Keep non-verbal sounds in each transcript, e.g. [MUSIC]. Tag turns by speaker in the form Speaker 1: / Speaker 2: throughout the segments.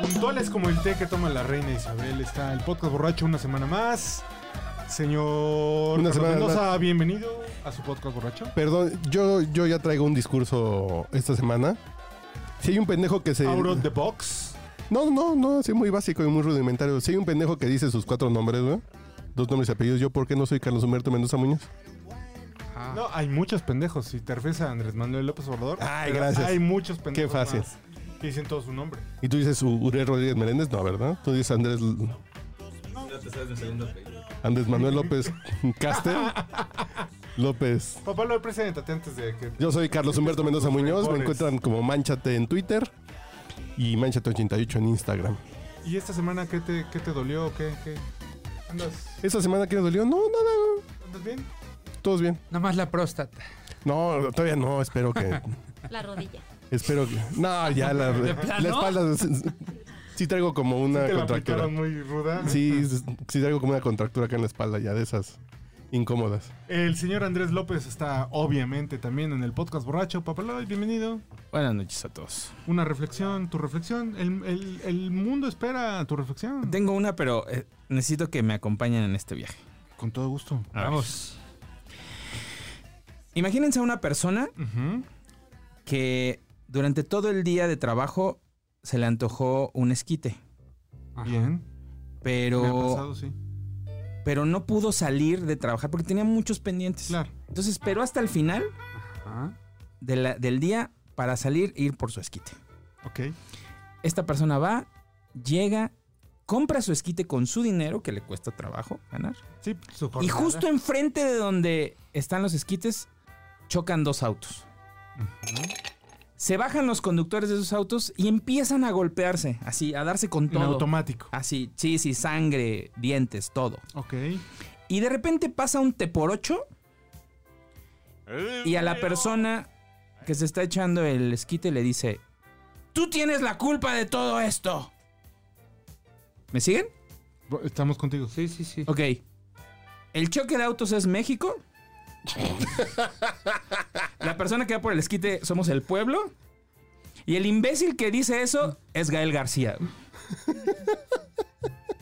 Speaker 1: Puntuales como el té que toma la reina Isabel. Está el podcast borracho una semana más. Señor
Speaker 2: Una
Speaker 1: Carlos
Speaker 2: semana
Speaker 1: Mendoza, bienvenido a su podcast borracho.
Speaker 2: Perdón, yo, yo ya traigo un discurso esta semana. Si hay un pendejo que se.
Speaker 1: Out of the box.
Speaker 2: No, no, no, así muy básico y muy rudimentario. Si hay un pendejo que dice sus cuatro nombres, ¿no? Dos nombres y apellidos. ¿Yo por qué no soy Carlos Humberto Mendoza Muñoz? Ah.
Speaker 1: No, hay muchos pendejos. Si te refieres a Andrés Manuel López Obrador,
Speaker 2: Ay,
Speaker 1: pero
Speaker 2: gracias.
Speaker 1: Hay muchos pendejos.
Speaker 2: Qué fácil.
Speaker 1: más que dicen todo su nombre.
Speaker 2: Y tú dices Uriel Rodríguez Meléndez, no, ¿verdad? Tú dices Andrés,
Speaker 3: Ya te sabes mi segundo apellido.
Speaker 2: Andrés Manuel López Castel. López.
Speaker 1: Papá, lo preséntate antes de que.
Speaker 2: Yo soy Carlos Humberto Mendoza Muñoz. Me
Speaker 1: Rencores.
Speaker 2: encuentran como Manchate en Twitter y Manchate88 en Instagram.
Speaker 1: ¿Y esta semana qué te, qué te dolió? ¿Qué, qué? ¿Andas,
Speaker 2: ¿Esta semana qué nos dolió? No, nada, no.
Speaker 1: ¿Andas bien?
Speaker 2: Todos bien.
Speaker 4: Nada más la próstata.
Speaker 2: No, todavía no, espero que.
Speaker 1: [LAUGHS]
Speaker 5: La rodilla.
Speaker 2: espero que. No, ya la, la espalda. Sí traigo como una
Speaker 1: Te la
Speaker 2: contractura.
Speaker 1: aplicaron muy ruda.
Speaker 2: Ah, Sí, sí traigo como una contractura acá en la espalda, ya de esas incómodas.
Speaker 1: El señor Andrés López está obviamente también en el podcast borracho. Papaloy, bienvenido.
Speaker 3: Buenas noches a todos.
Speaker 1: Una reflexión, tu reflexión. El, el- el mundo espera tu reflexión.
Speaker 3: Tengo una, pero eh, necesito que me acompañen en este viaje.
Speaker 1: Con todo gusto.
Speaker 3: A ver. Imagínense a una persona
Speaker 1: Ujú.
Speaker 3: que durante todo el día de trabajo se le antojó un esquite,
Speaker 1: Bien. Me ha
Speaker 3: pero,
Speaker 1: pasado, sí.
Speaker 3: pero no pudo salir de trabajar porque tenía muchos pendientes.
Speaker 1: Claro.
Speaker 3: Entonces esperó hasta el final de la- del día para salir e ir por su esquite.
Speaker 1: Ok.
Speaker 3: Esta persona va, llega, compra su esquite con su dinero, que le cuesta trabajo ganar.
Speaker 1: Sí, su
Speaker 3: Y
Speaker 1: jornada.
Speaker 3: justo enfrente de donde están los esquites, chocan dos autos. Se bajan los conductores de esos autos y empiezan a golpearse, así, a darse con
Speaker 1: En
Speaker 3: todo.
Speaker 1: automático.
Speaker 3: Así, sí, sí, sangre, dientes, todo.
Speaker 1: Ok.
Speaker 3: Y de repente pasa un te por ocho y a la persona que se está echando el esquite le dice, tú tienes la culpa de todo esto. ¿Me siguen?
Speaker 1: Estamos contigo. Sí, sí, sí.
Speaker 3: Ok. El choque de autos es México. La persona que va por el esquite somos el pueblo. Y el imbécil que dice eso es Gael García.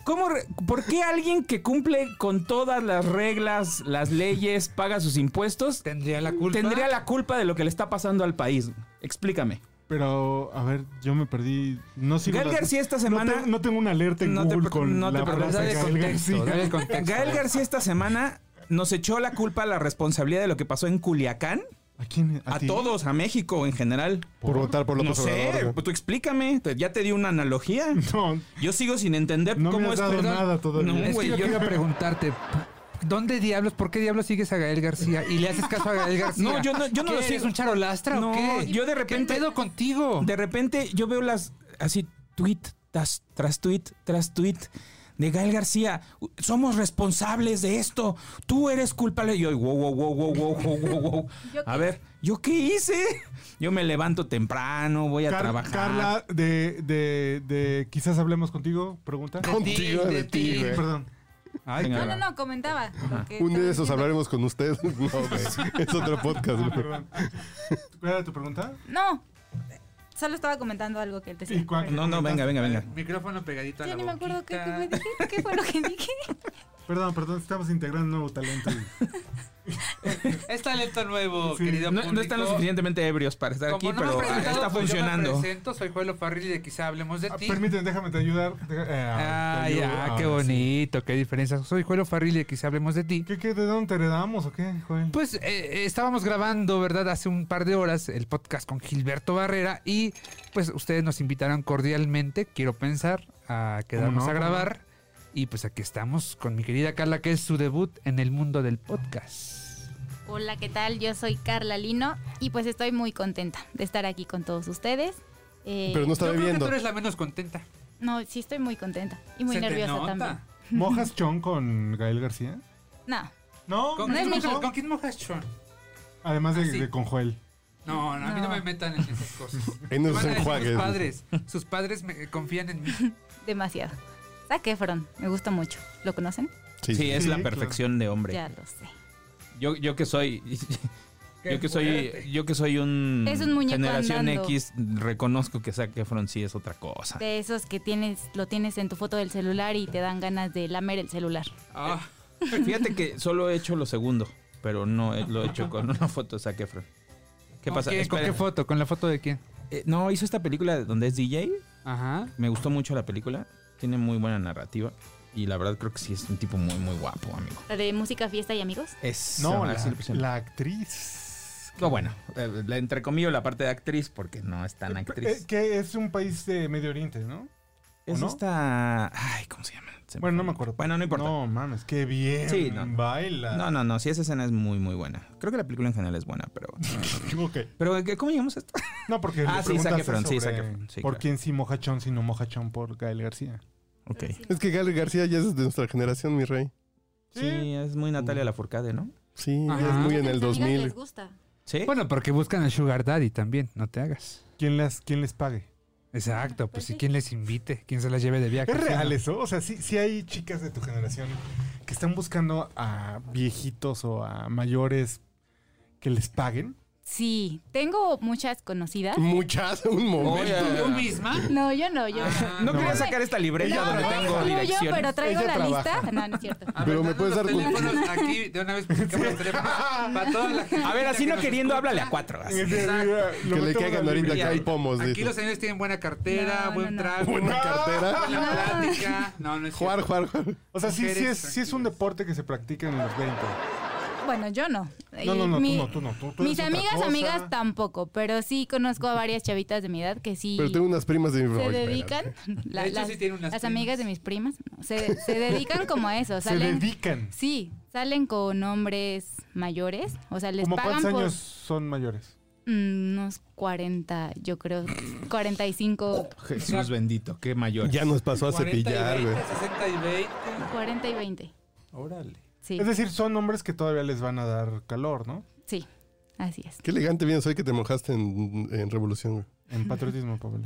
Speaker 3: ¿Cómo re- ¿Por qué alguien que cumple con todas las reglas, las leyes, paga sus impuestos,
Speaker 4: Tendría la culpa.
Speaker 3: tendría la culpa de lo que le está pasando al país? Explícame.
Speaker 1: Pero, a ver, yo me perdí. No sigo
Speaker 3: Gael
Speaker 1: las-
Speaker 3: García esta
Speaker 1: No,
Speaker 3: semana...
Speaker 1: te- no tengo una alerta en
Speaker 3: No te
Speaker 1: Google
Speaker 3: pre-
Speaker 1: con
Speaker 3: no te
Speaker 1: la
Speaker 3: preocupes,
Speaker 1: frase
Speaker 3: dale
Speaker 1: Gael
Speaker 3: contexto,
Speaker 1: García.
Speaker 4: dale contexto.
Speaker 3: Gael García esta semana nos echó la culpa, la responsabilidad de lo que pasó en Culiacán.
Speaker 1: ¿A quién?
Speaker 3: A
Speaker 1: ti?
Speaker 3: todos, a México en general.
Speaker 2: Por votar por
Speaker 3: no
Speaker 2: López
Speaker 3: sé,
Speaker 2: Obrador.
Speaker 3: pues tú explícame. te- Ya te di una analogía.
Speaker 1: [LAUGHS] No.
Speaker 3: Yo sigo sin entender
Speaker 1: No me
Speaker 3: cómo
Speaker 1: has
Speaker 3: es
Speaker 1: dado
Speaker 3: perdón.
Speaker 1: nada todavía.
Speaker 3: No,
Speaker 1: Es
Speaker 4: Es
Speaker 3: güey,
Speaker 4: que yo
Speaker 3: yo-
Speaker 4: quería preguntarte, ¿dónde diablos, por qué diablos sigues a Gael García? ¿Y le haces caso a Gael García?
Speaker 3: No, yo no- yo no
Speaker 4: ¿Qué
Speaker 3: lo
Speaker 4: eres
Speaker 3: sigo.
Speaker 4: un charolastra
Speaker 3: No,
Speaker 4: o qué?
Speaker 3: yo de repente-
Speaker 4: ¿Qué pedo contigo?
Speaker 3: De repente yo veo las así tweet tras, tras tweet tras tweet de Gael García. Somos responsables de esto. Tú eres culpable. Y yo, wow, wow, wow, wow, wow, wow, wow,
Speaker 4: [LAUGHS]
Speaker 3: wow.
Speaker 5: ¿Yo
Speaker 3: A
Speaker 5: qué?
Speaker 3: ver, ¿yo qué hice? [LAUGHS] Yo me levanto temprano, voy a
Speaker 1: Car-
Speaker 3: trabajar.
Speaker 1: Carla, de, de, de quizás hablemos contigo, pregunta.
Speaker 4: De
Speaker 2: Contigo,
Speaker 4: ti,
Speaker 2: de ti, güey.
Speaker 1: Perdón. Ay,
Speaker 3: Venga,
Speaker 5: No,
Speaker 3: va.
Speaker 5: no, no, comentaba. lo que
Speaker 2: Un día de esos
Speaker 5: estaba diciendo.
Speaker 2: hablaremos con ustedes. [LAUGHS] No, güey. Es otro podcast,
Speaker 1: ah,
Speaker 2: güey.
Speaker 1: perdón. ¿Cuál era tu pregunta?
Speaker 5: No, solo estaba comentando algo que él decía.
Speaker 1: ¿Y cuál?
Speaker 3: No, no, venga, venga, venga.
Speaker 4: Micrófono pegadito a
Speaker 5: Ya
Speaker 4: la
Speaker 5: ni me acuerdo qué, qué,
Speaker 4: boquita.
Speaker 5: fue- dije, qué fue lo que [LAUGHS] dije.
Speaker 1: Perdón, perdón, estamos integrando un nuevo
Speaker 4: [LAUGHS]
Speaker 1: talento.
Speaker 4: Es talento nuevo,
Speaker 1: Sí.
Speaker 4: querido
Speaker 3: No, no están lo
Speaker 4: público.
Speaker 3: suficientemente ebrios para estar
Speaker 4: Como
Speaker 3: aquí,
Speaker 4: no me han
Speaker 3: pero
Speaker 4: presentado,
Speaker 3: está
Speaker 4: pues yo me
Speaker 3: funcionando.
Speaker 4: presento, soy Juelo Farril y de quizá hablemos de
Speaker 1: Ah,
Speaker 4: ti.
Speaker 1: Permíteme, déjame te ayudar. Deja- eh,
Speaker 4: Ah,
Speaker 1: te ayudo.
Speaker 4: ya,
Speaker 1: Ah,
Speaker 4: qué
Speaker 1: sí.
Speaker 4: bonito, qué diferencia. Soy Juelo Farril y de quizá hablemos de ti.
Speaker 1: ¿Qué, qué, ¿De dónde te heredamos o qué, Joel?
Speaker 4: Pues eh, estábamos grabando, ¿verdad? Hace un par de horas el podcast con Gilberto Barrera y pues ustedes nos invitaron cordialmente, quiero pensar, a quedarnos
Speaker 1: no?
Speaker 4: a grabar. Y pues aquí estamos con mi querida Carla, que es su debut en el mundo del podcast.
Speaker 5: Hola, ¿qué tal? Yo soy Carla Lino y pues estoy muy contenta de estar aquí con todos ustedes. Eh,
Speaker 2: Pero no está
Speaker 4: Yo creo que tú
Speaker 2: bebiendo.
Speaker 4: eres la menos contenta.
Speaker 5: No, sí estoy muy contenta y muy
Speaker 4: Se te
Speaker 5: nerviosa
Speaker 4: nota.
Speaker 5: también.
Speaker 1: [LAUGHS] ¿Mojas chon con Gael García?
Speaker 5: No,
Speaker 1: No,
Speaker 4: ¿Con,
Speaker 5: No
Speaker 4: quién
Speaker 5: es mi
Speaker 4: mojas,
Speaker 5: hijo.
Speaker 4: con quién mojas, Sean?
Speaker 1: Además de,
Speaker 4: Ah, sí.
Speaker 1: de con Joel.
Speaker 4: No, no, a mí no
Speaker 5: No.
Speaker 4: me metan en esas cosas.
Speaker 2: En [LAUGHS] esos
Speaker 4: Van a decir
Speaker 2: enjuagues.
Speaker 4: Sus padres, sus padres me, confían en
Speaker 5: [LAUGHS]
Speaker 4: mí.
Speaker 5: demasiado. Zac Efron, me gusta mucho. ¿Lo conocen?
Speaker 2: Sí,
Speaker 3: Sí, es
Speaker 1: Sí,
Speaker 3: la
Speaker 1: claro.
Speaker 3: perfección de hombre.
Speaker 5: Ya lo sé.
Speaker 3: Yo, yo que soy. [LAUGHS]
Speaker 4: Qué
Speaker 3: Yo que soy.
Speaker 4: fuerte.
Speaker 3: Yo que soy un.
Speaker 5: Es un muñeco
Speaker 3: Generación
Speaker 5: andando.
Speaker 3: X, reconozco que Zac Efron sí es otra
Speaker 2: Ah.
Speaker 3: cosa.
Speaker 5: De esos que tienes, lo tienes en tu foto del celular y te dan ganas de lamer el celular.
Speaker 4: Ah,
Speaker 3: Fíjate que solo he hecho lo segundo, pero no he- lo he hecho con una foto de Zac Efron. ¿Qué
Speaker 4: ¿con
Speaker 3: pasa?
Speaker 4: quién? ¿Con
Speaker 3: Espera.
Speaker 4: qué foto? ¿Con la foto de quién?
Speaker 3: Eh, no, hizo esta película donde es DJ.
Speaker 4: Ajá.
Speaker 3: Me gustó mucho la película. Tiene muy buena narrativa. Y la verdad creo que sí es un tipo muy, muy guapo, amigo.
Speaker 5: ¿La de música, fiesta y amigos?
Speaker 3: Es
Speaker 1: No,
Speaker 3: así
Speaker 1: la,
Speaker 3: le pusieron.
Speaker 1: la actriz.
Speaker 3: No, bueno, eh, le entrecomillo la parte de actriz porque no es tan
Speaker 1: Eh,
Speaker 3: actriz.
Speaker 1: que es un país de Medio Oriente, ¿no? ¿o
Speaker 3: Es
Speaker 1: no?
Speaker 3: esta... Ay, ¿cómo se llama? Se me
Speaker 1: Bueno, no
Speaker 3: fue.
Speaker 1: me acuerdo.
Speaker 3: Bueno, no importa.
Speaker 1: No mames, qué bien.
Speaker 3: Sí, no.
Speaker 1: Baila.
Speaker 3: No, no, no. Sí, esa escena es muy, muy buena. Creo que la película en general es buena, pero...
Speaker 1: [LAUGHS] Equivoqué.
Speaker 3: pero ¿qué- ¿Cómo llegamos
Speaker 5: [LAUGHS]
Speaker 3: a esto?
Speaker 1: No, porque
Speaker 3: Ah,
Speaker 1: le
Speaker 3: sí,
Speaker 1: preguntaste
Speaker 3: Zac Efron, sí,
Speaker 1: sobre
Speaker 3: Zac Efron, sí,
Speaker 1: por
Speaker 3: claro.
Speaker 1: quién sí mojachón, si no mojachón por Gael García.
Speaker 3: Ok.
Speaker 2: Es que Gael García ya es de nuestra generación, mi rey.
Speaker 3: Sí, es muy Natalia Lafourcade, ¿no?
Speaker 2: Sí,
Speaker 4: Ajá.
Speaker 2: es muy en el
Speaker 5: les
Speaker 2: 2000.
Speaker 5: gusta.
Speaker 3: Sí.
Speaker 4: Bueno, porque buscan a Sugar Daddy también, no te hagas.
Speaker 1: ¿Quién, las, ¿Quién les pague?
Speaker 4: Exacto, pues
Speaker 5: Pues
Speaker 4: si
Speaker 5: sí.
Speaker 4: quién les invite, quién se las lleve de viaje.
Speaker 1: ¿Es
Speaker 4: Pues Sí,
Speaker 1: real
Speaker 4: ¿no?
Speaker 1: eso? O sea, sí, sí hay chicas de tu generación que están buscando a viejitos o a mayores que les paguen.
Speaker 5: Sí, tengo muchas conocidas.
Speaker 2: Muchas, un momento.
Speaker 3: Oye,
Speaker 4: ¿Tú misma?
Speaker 5: No, yo no, yo.
Speaker 4: Ah,
Speaker 3: no,
Speaker 1: No.
Speaker 3: quería sacar
Speaker 2: este-
Speaker 3: esta libreta
Speaker 5: no,
Speaker 3: donde
Speaker 5: no,
Speaker 3: tengo
Speaker 5: no, yo,
Speaker 3: direcciones.
Speaker 5: pero traigo
Speaker 1: Ella
Speaker 5: la
Speaker 1: trabaja.
Speaker 5: lista. No, no es cierto.
Speaker 1: Ah.
Speaker 4: A
Speaker 2: Pero me
Speaker 4: danos
Speaker 2: puedes
Speaker 4: los
Speaker 2: dar tu- [LAUGHS]
Speaker 4: teléfonos aquí, de una vez publicamos los teléfonos para toda la gente.
Speaker 3: A ver, así
Speaker 4: que
Speaker 3: no
Speaker 4: nos
Speaker 3: queriendo,
Speaker 4: escucha.
Speaker 3: háblale a cuatro. así.
Speaker 2: Que le caigan ahorita
Speaker 3: librería.
Speaker 2: acá hay pomos.
Speaker 4: Aquí
Speaker 2: dice.
Speaker 4: los señores tienen buena cartera,
Speaker 5: No,
Speaker 4: buen
Speaker 5: no, no.
Speaker 4: trago,
Speaker 2: Buena cartera.
Speaker 4: buena plática. No, no es
Speaker 2: Juar,
Speaker 4: cierto.
Speaker 2: Juar, Juar.
Speaker 1: O sea, sí, sí,
Speaker 4: Mujeres
Speaker 1: es, sí es un
Speaker 4: tranquilas.
Speaker 1: deporte que se practica en los 20.
Speaker 5: Bueno, yo no.
Speaker 1: No, no, no,
Speaker 5: Mi-
Speaker 1: tú no, tú no. Tú, tú
Speaker 5: Mis
Speaker 1: eres otra
Speaker 5: amigas,
Speaker 1: cosa.
Speaker 5: amigas tampoco, pero sí conozco a varias chavitas de mi edad que sí
Speaker 2: Pero tengo unas primas de mi
Speaker 5: se
Speaker 2: Oye,
Speaker 5: dedican.
Speaker 2: espérate.
Speaker 5: [LAUGHS] la-
Speaker 4: De hecho,
Speaker 5: las
Speaker 4: sí tiene unas
Speaker 5: las
Speaker 4: primas.
Speaker 5: amigas de mis primas no, se, se dedican como
Speaker 2: [LAUGHS]
Speaker 5: a eso.
Speaker 1: Se
Speaker 5: Salen,
Speaker 1: dedican.
Speaker 5: sí, salen con hombres mayores, o sea, les
Speaker 1: ¿Cómo
Speaker 5: pagan
Speaker 1: cuántos
Speaker 5: por
Speaker 1: años son mayores?
Speaker 5: mm, unos 40, yo creo, 45,
Speaker 3: Jesús bendito, qué mayor.
Speaker 2: Ya nos pasó a
Speaker 4: 40 y
Speaker 2: cepillar,
Speaker 4: 20,
Speaker 2: güey.
Speaker 4: 60 y 20.
Speaker 5: 40 y 20.
Speaker 3: Órale.
Speaker 5: Sí,
Speaker 1: Es decir, son hombres que todavía les van a dar calor, ¿no?
Speaker 5: sí, así es.
Speaker 2: Qué elegante bien soy que te mojaste en, en Revolución, güey.
Speaker 5: [LAUGHS]
Speaker 1: En patriotismo, Pablo.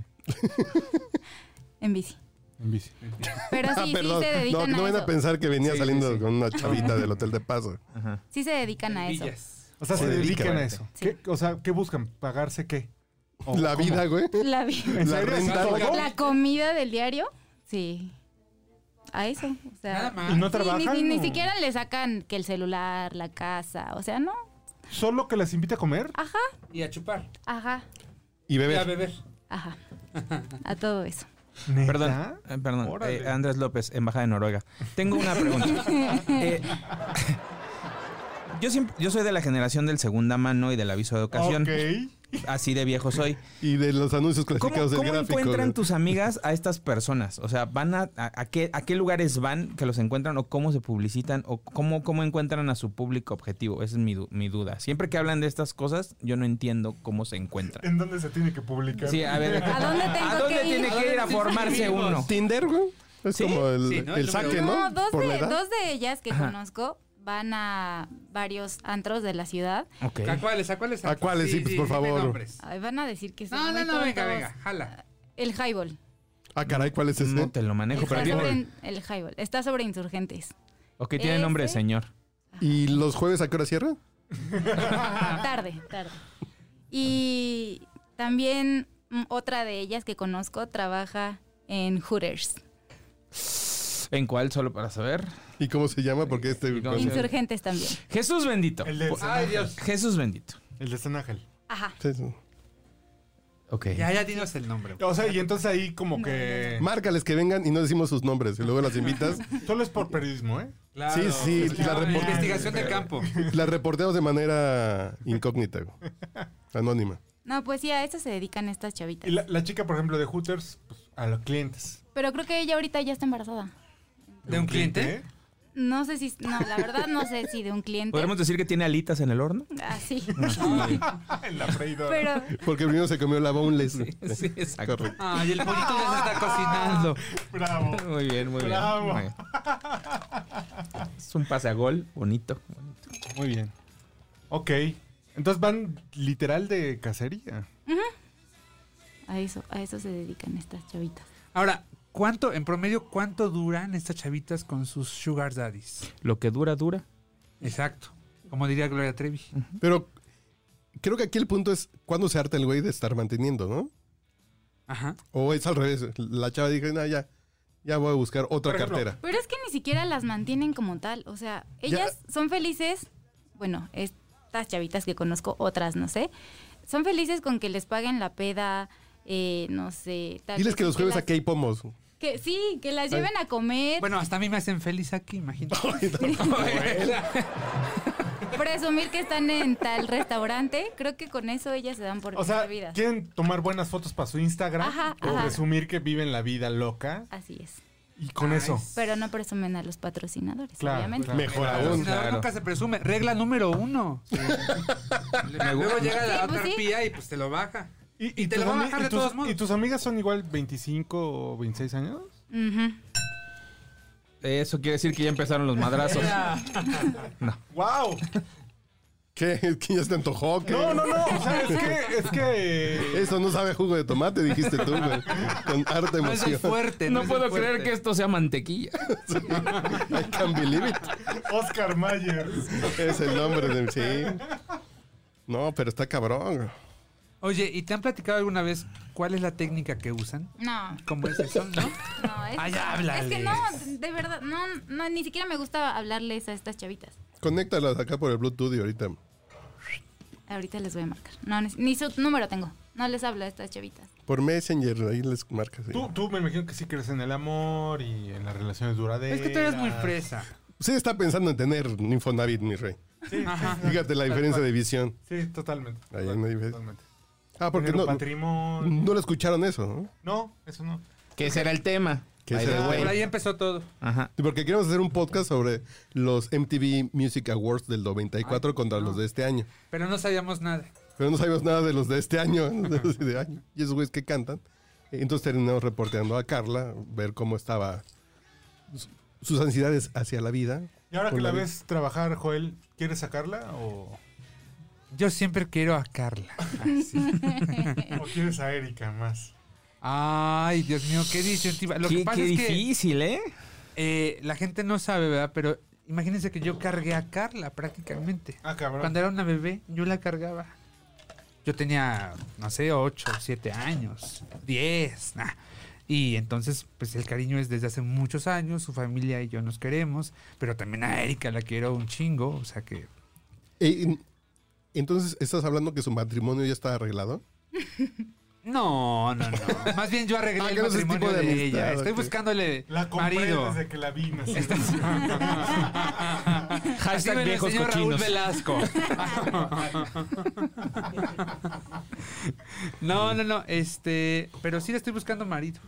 Speaker 5: En bici.
Speaker 1: En bici.
Speaker 5: Pero sí,
Speaker 2: [LAUGHS] Ah,
Speaker 5: sí
Speaker 2: perdón.
Speaker 5: se
Speaker 2: No,
Speaker 5: dedican
Speaker 2: no
Speaker 5: a
Speaker 2: van
Speaker 5: eso.
Speaker 2: a pensar que venía
Speaker 3: Sí,
Speaker 2: saliendo
Speaker 3: sí, sí.
Speaker 2: con una chavita del hotel de paso.
Speaker 3: Ajá.
Speaker 5: Sí se dedican a eso.
Speaker 4: Villas.
Speaker 1: O sea, se
Speaker 2: Se dedican.
Speaker 1: dedican a eso.
Speaker 5: Sí.
Speaker 1: ¿Qué- o sea, ¿qué buscan? ¿Pagarse qué?
Speaker 3: Oh,
Speaker 1: ¿O
Speaker 2: La
Speaker 1: cómo?
Speaker 2: vida, güey.
Speaker 5: La vida.
Speaker 1: ¿En
Speaker 2: La
Speaker 1: serio?
Speaker 2: renta,
Speaker 1: ¿Todo?
Speaker 4: güey.
Speaker 5: La comida del diario, sí. A eso, o sea.
Speaker 4: Nada más.
Speaker 1: ¿Y no
Speaker 5: Ah. sí, ni-
Speaker 1: trabajan?
Speaker 5: ni, ni
Speaker 1: o-
Speaker 5: siquiera le sacan que el celular, la casa, o sea, no.
Speaker 1: ¿Solo que las invite a comer?
Speaker 5: Ajá,
Speaker 4: Y a chupar.
Speaker 5: ajá,
Speaker 2: Y
Speaker 4: Y a
Speaker 2: bebé.
Speaker 4: beber. [LAUGHS]
Speaker 5: ajá. A todo eso.
Speaker 1: ¿Neta?
Speaker 3: Perdón, eh, perdón.
Speaker 1: Órale.
Speaker 3: Eh, Andrés López, Embajada de Noruega. Tengo
Speaker 5: [LAUGHS]
Speaker 3: una pregunta. Eh, yo, siempre, yo soy de la generación del segunda mano y del aviso de ocasión.
Speaker 1: Ok.
Speaker 3: Así de viejo soy.
Speaker 2: Y de los anuncios
Speaker 3: ¿Cómo,
Speaker 2: clasificados del
Speaker 3: cómo
Speaker 2: gráfico.
Speaker 3: encuentran
Speaker 2: güey.
Speaker 3: tus amigas a estas personas? O sea, ¿van a, a, a qué, a qué lugares van que los encuentran o cómo se publicitan o cómo, cómo encuentran a su público objetivo? Esa es mi, du- mi duda. Siempre que hablan de estas cosas, yo no entiendo cómo se encuentran.
Speaker 1: ¿En dónde se tiene que publicar?
Speaker 3: Sí, a ver.
Speaker 5: ¿A dónde tengo
Speaker 3: ¿A dónde
Speaker 5: que ir?
Speaker 3: tiene que ir a formarse uno?
Speaker 2: Tinder, güey. Es
Speaker 3: ¿Sí?
Speaker 2: como el,
Speaker 4: Sí, ¿no?
Speaker 2: el
Speaker 4: Yo
Speaker 2: saque,
Speaker 4: creo.
Speaker 2: ¿no?
Speaker 5: No, dos
Speaker 2: Por la
Speaker 5: de,
Speaker 2: edad.
Speaker 5: dos de ellas que
Speaker 3: Ajá.
Speaker 5: conozco van a varios antros de la ciudad.
Speaker 3: Ok.
Speaker 4: ¿A cuáles? ¿A cuáles?
Speaker 2: ¿A cuáles? Sí, pues, por
Speaker 4: dime
Speaker 2: favor.
Speaker 4: nombres.
Speaker 5: Ay, van a decir que son
Speaker 4: No, no,
Speaker 5: muy
Speaker 4: no, venga,
Speaker 5: tontos.
Speaker 4: venga, jala.
Speaker 5: El highball.
Speaker 2: Ah, caray, ¿cuál es ese?
Speaker 3: No te lo manejo, pero
Speaker 5: Está
Speaker 3: tiene,
Speaker 5: sobre, el highball. Está sobre insurgentes.
Speaker 3: ok, tiene nombre de
Speaker 5: Ese.
Speaker 3: señor.
Speaker 2: ¿Y los jueves a qué hora cierran?
Speaker 5: Tarde, tarde. Y también mm, otra de ellas que conozco trabaja en Hooters.
Speaker 3: ¿En cuál? Solo para saber.
Speaker 2: ¿Y cómo se llama? Porque este...
Speaker 3: ¿Y
Speaker 1: Pues
Speaker 3: cómo se llama?
Speaker 5: Insurgentes también.
Speaker 3: Jesús bendito.
Speaker 1: El de, San
Speaker 4: Ay,
Speaker 1: Ángel.
Speaker 4: Dios.
Speaker 3: Jesús bendito.
Speaker 1: El de San Ángel.
Speaker 5: Ajá.
Speaker 2: Sí, sí.
Speaker 3: Ok.
Speaker 4: Ya, ya dinos el nombre.
Speaker 1: O sea, y entonces ahí como que...
Speaker 2: Márcales que vengan y no decimos sus nombres. Y luego las
Speaker 3: [LAUGHS]
Speaker 2: invitas.
Speaker 1: Solo es por periodismo, ¿eh?
Speaker 4: Claro.
Speaker 2: Sí, sí,
Speaker 4: Claro,
Speaker 2: la reporte-
Speaker 4: Investigación de campo.
Speaker 2: las reporteamos de manera incógnita, güey. Anónima.
Speaker 5: No, pues sí, a eso se dedican estas
Speaker 1: Y
Speaker 5: chavitas.
Speaker 1: la, la chica, por ejemplo, de Hooters, pues, a los clientes.
Speaker 5: Pero creo que ella ahorita ya está embarazada.
Speaker 4: ¿De un cliente?
Speaker 1: ¿eh?
Speaker 5: No sé si, no, la verdad no sé si de un cliente.
Speaker 3: ¿Podríamos decir que tiene alitas en el horno?
Speaker 1: [LAUGHS]
Speaker 5: Así.
Speaker 1: Ah,
Speaker 5: [LAUGHS]
Speaker 1: en la freidora.
Speaker 5: Pero
Speaker 2: Porque primero se comió la boneless.
Speaker 3: Sí, exacto.
Speaker 2: Correcto.
Speaker 4: Ay, el pollito ya [LAUGHS] se está cocinando.
Speaker 1: Bravo.
Speaker 3: [LAUGHS] Muy bien, muy bien.
Speaker 1: Bravo.
Speaker 3: Muy bien. Es un pase a gol bonito. bonito.
Speaker 1: Muy bien. Ok. Entonces van literal de cacería.
Speaker 5: a eso, a eso se dedican estas chavitas.
Speaker 4: Ahora, ¿cuánto, en promedio, cuánto duran estas chavitas con sus sugar daddies?
Speaker 3: Lo que dura, dura.
Speaker 4: Exacto. Como diría Gloria Trevi.
Speaker 2: Pero creo que aquí el punto es cuándo se harta el güey de estar manteniendo, ¿no?
Speaker 4: Ajá.
Speaker 2: O es al revés. La chava dijo, no, ya, ya voy a buscar otra
Speaker 1: Por ejemplo,
Speaker 2: cartera.
Speaker 5: Pero es que ni siquiera las mantienen como tal. O sea, ellas son felices. Bueno, estas chavitas que conozco, otras, no sé. Son felices con que les paguen la peda, eh, no sé. tal
Speaker 2: Diles
Speaker 5: vez
Speaker 2: que los jueves
Speaker 5: las-
Speaker 2: aquí hay pomos.
Speaker 5: que Sí, que las lleven a comer,
Speaker 4: Bueno, hasta a mí me hacen feliz aquí, imagínate. [LAUGHS] pues,
Speaker 5: presumir que están en tal restaurante. Creo que con eso ellas se dan por
Speaker 1: O sea,
Speaker 5: vida.
Speaker 1: quieren tomar buenas fotos para su Instagram
Speaker 5: Ajá,
Speaker 1: o
Speaker 5: ajá.
Speaker 1: presumir que viven la vida loca
Speaker 5: Así es.
Speaker 1: y con eso.
Speaker 5: Pero no presumen a los patrocinadores,
Speaker 1: Claro,
Speaker 5: obviamente.
Speaker 1: claro.
Speaker 2: Mejor
Speaker 4: El
Speaker 2: aún.
Speaker 4: patrocinador
Speaker 3: claro.
Speaker 4: nunca se presume. Regla número uno. [LAUGHS] Luego llega la
Speaker 5: Sí,
Speaker 4: otra
Speaker 5: pues sí.
Speaker 4: arpía y pues te lo baja.
Speaker 1: Y,
Speaker 4: Y te
Speaker 1: tus
Speaker 4: lo va a
Speaker 1: ami-
Speaker 4: bajar
Speaker 1: y
Speaker 4: de
Speaker 1: tus-
Speaker 4: todos modos.
Speaker 1: ¿Y tus amigas son igual 25 o 26 años?
Speaker 5: Ujú.
Speaker 3: Eso quiere decir que ya empezaron los madrazos.
Speaker 1: ¡Wow!
Speaker 2: ¿Qué? ¿Es que ya se te antojó? ¿Qué?
Speaker 1: No, no, no. O sea, es [LAUGHS] que. Es que... eh,
Speaker 2: Eso no sabe a jugo de tomate, dijiste tú, güey. Con harta
Speaker 4: No soy
Speaker 2: emoción.
Speaker 4: fuerte.
Speaker 3: No
Speaker 4: soy
Speaker 3: puedo
Speaker 4: fuerte.
Speaker 3: creer que esto sea mantequilla.
Speaker 2: [LAUGHS] I can't believe it.
Speaker 1: Oscar Mayer.
Speaker 2: Es el nombre de sí. No, pero está cabrón.
Speaker 4: Oye, ¿y te han platicado alguna vez cuál es la técnica que usan?
Speaker 5: No,
Speaker 4: ¿Cómo es eso,
Speaker 5: [LAUGHS]
Speaker 4: no? Ah,
Speaker 5: no, es,
Speaker 4: Ay,
Speaker 5: es
Speaker 4: háblales.
Speaker 5: que no, de verdad, no, no, ni siquiera me gusta hablarles a estas chavitas.
Speaker 2: Conéctalas acá por el Bluetooth y ahorita.
Speaker 5: Ahorita les voy a marcar. No, ni, ni su número tengo. No les hablo a estas chavitas.
Speaker 2: Por Messenger, ahí les marcas. sí.
Speaker 1: Tú, tú me imagino que sí crees en el amor y en las relaciones duraderas.
Speaker 4: Es que tú eres muy fresa.
Speaker 2: Sí está pensando en tener un Infonavit, mi rey.
Speaker 1: Sí,
Speaker 4: Ajá.
Speaker 2: Fíjate la diferencia de visión.
Speaker 1: sí, totalmente.
Speaker 2: Ahí hay una diferencia.
Speaker 1: Totalmente.
Speaker 2: Ah, porque
Speaker 1: Tener un
Speaker 2: no,
Speaker 1: patrimonio.
Speaker 2: no lo escucharon eso, ¿no?
Speaker 1: No, eso no.
Speaker 3: ¿Qué será el tema?
Speaker 2: ¿Qué
Speaker 3: By the
Speaker 2: será?
Speaker 3: way.
Speaker 4: Por ahí empezó todo.
Speaker 3: Ajá.
Speaker 2: Sí, Porque queremos hacer un podcast sobre los MTV Music Awards del 94 contra los de este año.
Speaker 4: Pero no sabíamos nada.
Speaker 2: Pero no sabemos nada de los de este año. [LAUGHS] de los de año. Y esos güeyes que cantan. Entonces terminamos reporteando a Carla, ver cómo estaba su- sus ansiedades hacia la vida.
Speaker 1: Y ahora que
Speaker 2: Con
Speaker 1: la
Speaker 2: la
Speaker 1: ves trabajar, Joel, ¿quieres sacarla o,
Speaker 4: Yo siempre quiero a Carla.
Speaker 1: o quieres a Erika más?
Speaker 4: Ay, Dios mío, qué disyuntiva. Lo que
Speaker 3: Qué,
Speaker 4: pasa
Speaker 3: qué
Speaker 4: es que
Speaker 3: difícil, ¿eh?
Speaker 4: eh, la gente no sabe, ¿verdad? Pero imagínense que yo cargué a Carla prácticamente.
Speaker 1: Ah, cabrón.
Speaker 4: Cuando era una bebé, yo la cargaba. Yo tenía, no sé, 8, 7 años, 10. nah. Y entonces, pues el cariño es desde hace muchos años, su familia y yo nos queremos, pero también a Erika la quiero un chingo, o sea que...
Speaker 2: Eh, en- entonces, ¿estás hablando que su matrimonio ya está arreglado?
Speaker 4: No, no, no.
Speaker 2: [LAUGHS]
Speaker 4: Más bien yo arreglé
Speaker 2: Ah,
Speaker 4: el
Speaker 2: que no es ese
Speaker 4: matrimonio
Speaker 2: tipo
Speaker 4: de,
Speaker 2: de amistad,
Speaker 4: ella. Estoy
Speaker 2: ok.
Speaker 4: buscándole
Speaker 1: La compré
Speaker 4: marido.
Speaker 1: desde que la vi nacer.
Speaker 4: [LAUGHS] Así
Speaker 3: Hashtag
Speaker 4: me lo
Speaker 3: viejos
Speaker 4: enseñó Raúl
Speaker 3: cochinos.
Speaker 4: Velasco. no, no, no. Este, pero sí le estoy buscando marido.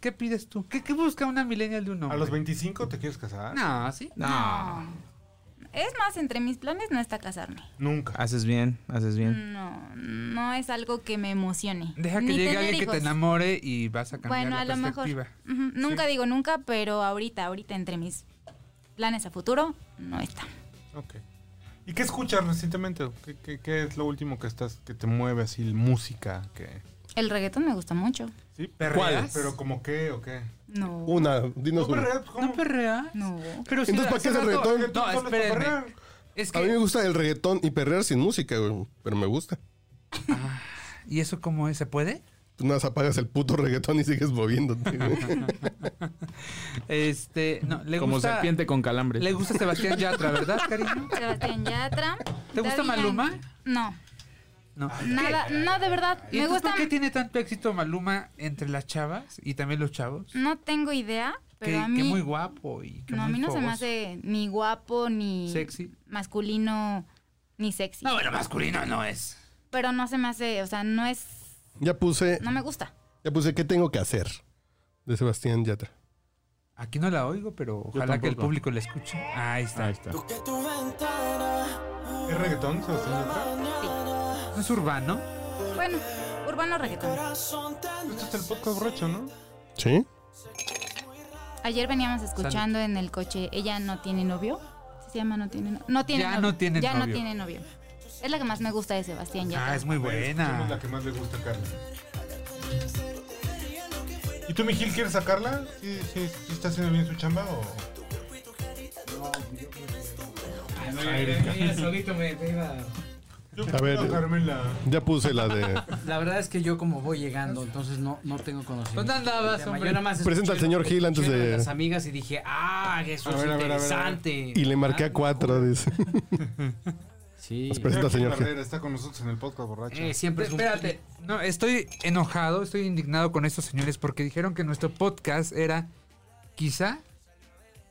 Speaker 4: ¿Qué pides tú? ¿Qué, qué busca una millennial de un hombre?
Speaker 1: ¿A los 25 te quieres casar?
Speaker 4: No, sí. Ah.
Speaker 3: No.
Speaker 5: Es más, entre mis planes no está casarme.
Speaker 1: Nunca.
Speaker 3: Haces bien, haces bien.
Speaker 5: No, no es algo que me emocione.
Speaker 4: Deja que
Speaker 5: Ni
Speaker 4: llegue
Speaker 5: tener
Speaker 4: alguien que te
Speaker 5: hijos.
Speaker 4: enamore y vas a cambiar
Speaker 5: Bueno,
Speaker 4: la
Speaker 5: a lo mejor.
Speaker 4: perspectiva.
Speaker 5: Ujú, Nunca digo nunca, pero ahorita, ahorita entre mis planes a futuro, no está.
Speaker 1: Ok. ¿Y qué escuchas recientemente? ¿Qué, qué, qué es lo último que estás que te mueve así? ¿Música? que
Speaker 5: El reggaetón me gusta mucho.
Speaker 1: ¿Sí?
Speaker 4: ¿Perreas?
Speaker 1: ¿Cuál? ¿Pero como qué o qué?
Speaker 5: No.
Speaker 2: Una, dinos
Speaker 1: ¿No
Speaker 2: una.
Speaker 1: perreas? pues, ¿Cómo?
Speaker 4: No perrea.
Speaker 5: No.
Speaker 4: Pero
Speaker 2: Entonces, ¿para qué es el
Speaker 4: hace rato-
Speaker 2: reggaetón?
Speaker 4: No,
Speaker 1: ¿Tú pones para
Speaker 4: espérenme.
Speaker 1: perrear?
Speaker 4: Es
Speaker 2: A mí me
Speaker 4: que,
Speaker 2: gusta el reggaetón y perrear sin música, güey, pero me gusta.
Speaker 4: ¿Y eso cómo es? ¿Se puede?
Speaker 2: Tú nada más apagas el puto reggaetón y sigues moviéndote, güey.
Speaker 4: Este, no, le
Speaker 3: Como
Speaker 4: gusta...
Speaker 3: serpiente con calambre.
Speaker 4: Le gusta Sebastián Yatra, ¿verdad, cariño?
Speaker 5: Sebastián Yatra.
Speaker 4: [LAUGHS] ¿Te gusta
Speaker 5: Daddy
Speaker 4: Maluma?
Speaker 5: Yankee. No.
Speaker 4: No.
Speaker 5: Nada, no, de verdad.
Speaker 4: ¿Y
Speaker 5: Me
Speaker 4: entonces
Speaker 5: gusta.
Speaker 4: por qué tiene tanto éxito Maluma entre las chavas y también los chavos?
Speaker 5: No tengo idea, Mm,
Speaker 4: que,
Speaker 5: pero a
Speaker 4: que
Speaker 5: mí.
Speaker 4: muy guapo y que
Speaker 5: no, a
Speaker 4: muy
Speaker 5: mí no se me
Speaker 4: fogoso.
Speaker 5: hace ni guapo, ni.
Speaker 4: Sexy.
Speaker 5: Masculino, ni sexy.
Speaker 4: No, bueno, masculino no es.
Speaker 5: Pero no se me hace. O sea, no es.
Speaker 2: Ya puse,
Speaker 5: No me gusta.
Speaker 2: ya puse, ¿qué tengo que hacer? De Sebastián Yatra.
Speaker 4: Aquí no la oigo, pero ojalá que el
Speaker 3: tampoco.
Speaker 4: público la escuche. Ahí está.
Speaker 3: Ahí está.
Speaker 1: ¿Es reggaetón, Sebastián Yatra?
Speaker 4: ¿No es urbano?
Speaker 5: Bueno, urbano reggaetón.
Speaker 1: Esto Este es el podcast borracho, ¿no?
Speaker 2: ¿Sí?
Speaker 5: Ayer veníamos escuchando en el coche, ella no tiene novio. ¿Sí Se llama no tiene novio. No tiene
Speaker 4: Ya
Speaker 5: novio.
Speaker 4: no tiene
Speaker 5: ya
Speaker 4: novio.
Speaker 5: no tiene novio. Es la que más me gusta de Sebastián Yatra.
Speaker 4: Ah, es muy
Speaker 1: Escuchemos
Speaker 4: buena.
Speaker 1: la que más le gusta a Carla. ¿Y tú, Mijil, quieres sacarla? ¿Sí, sí, sí está haciendo bien su chamba o...?
Speaker 6: solito me, me iba.
Speaker 1: Yo
Speaker 2: A ver,
Speaker 1: prefiero Carmela.
Speaker 2: Ya puse la de.
Speaker 6: La verdad es que yo como voy llegando, entonces no, no tengo conocimiento.
Speaker 4: ¿Dónde andabas,
Speaker 6: del tema.
Speaker 4: hombre?
Speaker 6: Yo nada más escuché
Speaker 2: Presenta al
Speaker 6: lo
Speaker 2: señor
Speaker 6: que
Speaker 2: Gil antes
Speaker 6: escuché
Speaker 2: de-
Speaker 6: Las amigas y dije, ah, eso
Speaker 1: A ver, a ver, a
Speaker 6: es
Speaker 1: ver, a ver.
Speaker 6: interesante.
Speaker 2: Y le marqué a
Speaker 6: Ah,
Speaker 2: cuatro, dice.
Speaker 6: Sí.
Speaker 2: Las presenta
Speaker 1: Joaquín
Speaker 2: al señor Gil.
Speaker 1: Barrera está con nosotros en el podcast borracho.
Speaker 6: Eh, siempre es un...
Speaker 4: Espérate, no, estoy enojado, estoy indignado con estos señores porque dijeron que nuestro podcast era quizá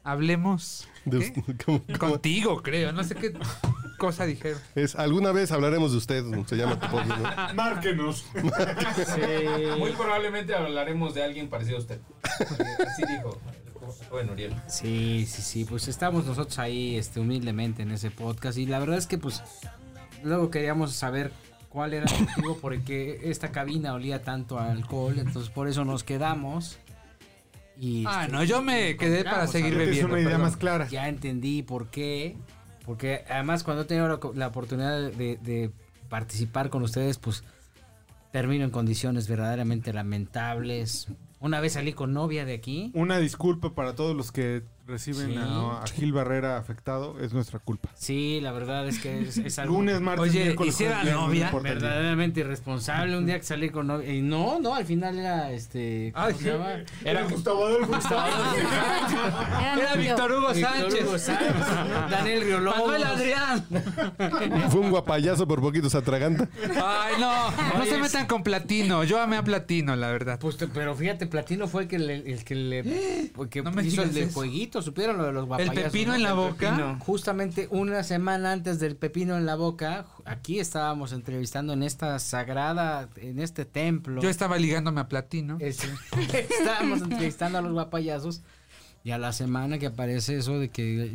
Speaker 4: hablemos
Speaker 2: De
Speaker 4: ¿qué?
Speaker 2: usted- ¿cómo- cómo?
Speaker 4: contigo, creo, no sé qué cosa dijeron.
Speaker 2: Es, alguna vez hablaremos de usted, se llama tu podcast,
Speaker 4: [LAUGHS]
Speaker 2: ¿no?
Speaker 1: Márquenos.
Speaker 3: Eh,
Speaker 7: Muy probablemente hablaremos de alguien parecido a usted.
Speaker 3: [LAUGHS]
Speaker 7: Así dijo el joven Uriel.
Speaker 6: Sí, sí, sí, pues estamos nosotros ahí este, humildemente en ese podcast y la verdad es que pues luego queríamos saber cuál era el motivo por el que esta cabina olía tanto a alcohol, entonces por eso nos quedamos. Y,
Speaker 4: Ah,
Speaker 6: este,
Speaker 4: no, yo me quedé para
Speaker 6: encontramos
Speaker 4: seguir
Speaker 6: algo.
Speaker 1: Es
Speaker 4: bebiendo.
Speaker 1: una idea
Speaker 4: perdón.
Speaker 1: más clara.
Speaker 6: Ya entendí por qué, porque además cuando he tenido la, co- la oportunidad de, de participar con ustedes, pues termino en condiciones verdaderamente lamentables. Una vez salí con novia de aquí.
Speaker 1: Una disculpa para todos los que reciben
Speaker 6: Sí.
Speaker 1: a, a Gil Barrera afectado. Es nuestra culpa.
Speaker 6: Sí, la verdad es que es, es algo...
Speaker 1: Lunes, martes,
Speaker 4: Oye,
Speaker 1: miércoles,
Speaker 4: ¿y si era
Speaker 1: jueves, viernes, no
Speaker 4: novia?
Speaker 1: importa el día.
Speaker 6: verdaderamente irresponsable un día que salí con novia. Y no, no, al final era este. ¿Cómo
Speaker 4: Ay,
Speaker 6: se llama?
Speaker 1: Era Gustavo Adolfo.
Speaker 5: [LAUGHS] Era
Speaker 4: Era
Speaker 5: novio.
Speaker 4: Víctor Hugo
Speaker 6: Víctor
Speaker 4: Sánchez.
Speaker 6: Hugo
Speaker 4: [LAUGHS]
Speaker 6: Sánchez, Daniel Riolobos.
Speaker 4: Manuel Adrián.
Speaker 2: Fue un guapayazo por poquito, se atraganta.
Speaker 4: Ay, no, no se metan con Platino. Yo amé a Platino, la verdad.
Speaker 6: Pues, te- pero fíjate, Platino fue el que le, el
Speaker 4: [GASPS]
Speaker 6: que le porque
Speaker 4: No me
Speaker 6: hizo el
Speaker 4: digas
Speaker 6: del
Speaker 4: eso.
Speaker 6: jueguito, supieron lo de los guapayazos.
Speaker 4: pepino
Speaker 6: ¿no?
Speaker 4: en la
Speaker 6: El
Speaker 4: boca?
Speaker 6: pepino. Justamente una semana antes del pepino en la boca, ju- aquí estábamos entrevistando en esta sagrada, en este templo.
Speaker 4: Yo estaba ligándome a Platino.
Speaker 6: Es- estábamos entrevistando a los guapayazos y a la semana que aparece eso de que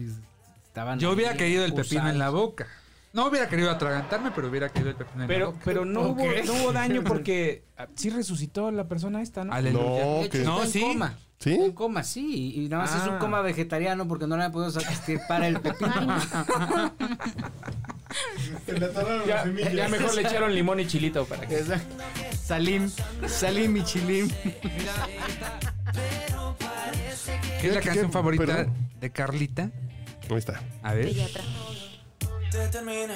Speaker 6: estaban
Speaker 4: Yo hubiera
Speaker 6: ahí
Speaker 4: querido el pepino en la
Speaker 6: usados.
Speaker 4: boca. No hubiera querido atragantarme, pero hubiera querido el pepino en la
Speaker 3: Pero,
Speaker 4: boca.
Speaker 3: pero no,
Speaker 6: Ok.
Speaker 3: hubo, no hubo daño porque ah, sí resucitó la persona esta, ¿no?
Speaker 4: Aleluya.
Speaker 2: No,
Speaker 6: De hecho,
Speaker 2: que-
Speaker 6: está
Speaker 4: No,
Speaker 6: en
Speaker 4: sí.
Speaker 6: coma.
Speaker 2: ¿Sí?
Speaker 6: Está en coma, sí. Y nada más es un
Speaker 4: Ah.
Speaker 6: coma vegetariano porque no le han podido para el pepino.
Speaker 1: Se le atoraron las
Speaker 7: Ya,
Speaker 1: semillas.
Speaker 7: ya mejor le echaron limón y chilito para que.
Speaker 6: Salim, Salim y Chilim.
Speaker 4: ¿Qué es la
Speaker 2: ¿Qué-
Speaker 4: canción
Speaker 2: qué-
Speaker 4: favorita
Speaker 2: perdón?
Speaker 4: de Carlita?
Speaker 2: Ahí está.
Speaker 4: A
Speaker 5: De
Speaker 4: ver.
Speaker 5: Yatra.
Speaker 8: te termina.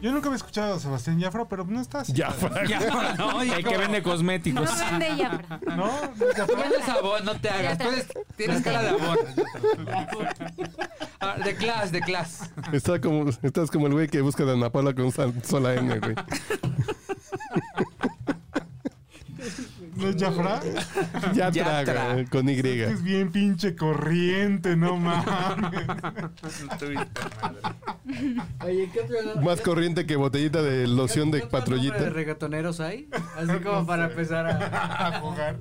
Speaker 1: Yo nunca me he escuchado a Sebastián Yafra, pero no estás.
Speaker 9: Ya, Frank.
Speaker 3: Ya, no, el que
Speaker 5: [LAUGHS]
Speaker 3: vende cosméticos.
Speaker 5: No
Speaker 4: [LAUGHS]
Speaker 5: vende Yapra.
Speaker 1: ¿No?
Speaker 4: Tú eres
Speaker 5: [LAUGHS]
Speaker 4: abón, no te hagas. Tú eres-
Speaker 6: [LAUGHS]
Speaker 4: tienes cara de abón. Ah, De class, de class.
Speaker 2: Está como, estás como el güey que busca de Ana Paula con sal- sola N, güey.
Speaker 1: ¿No es Yafra?
Speaker 2: Ya,
Speaker 3: Ya
Speaker 2: traga,
Speaker 3: tra-
Speaker 2: con Y.
Speaker 1: Es bien pinche corriente, [LAUGHS] no mames.
Speaker 6: Oye, ¿qué otro,
Speaker 2: Más corriente que botellita de loción de
Speaker 6: ¿qué otro nombre de
Speaker 2: patrullita.
Speaker 6: reggaetoneros hay? Así como para empezar a...
Speaker 1: A jugar.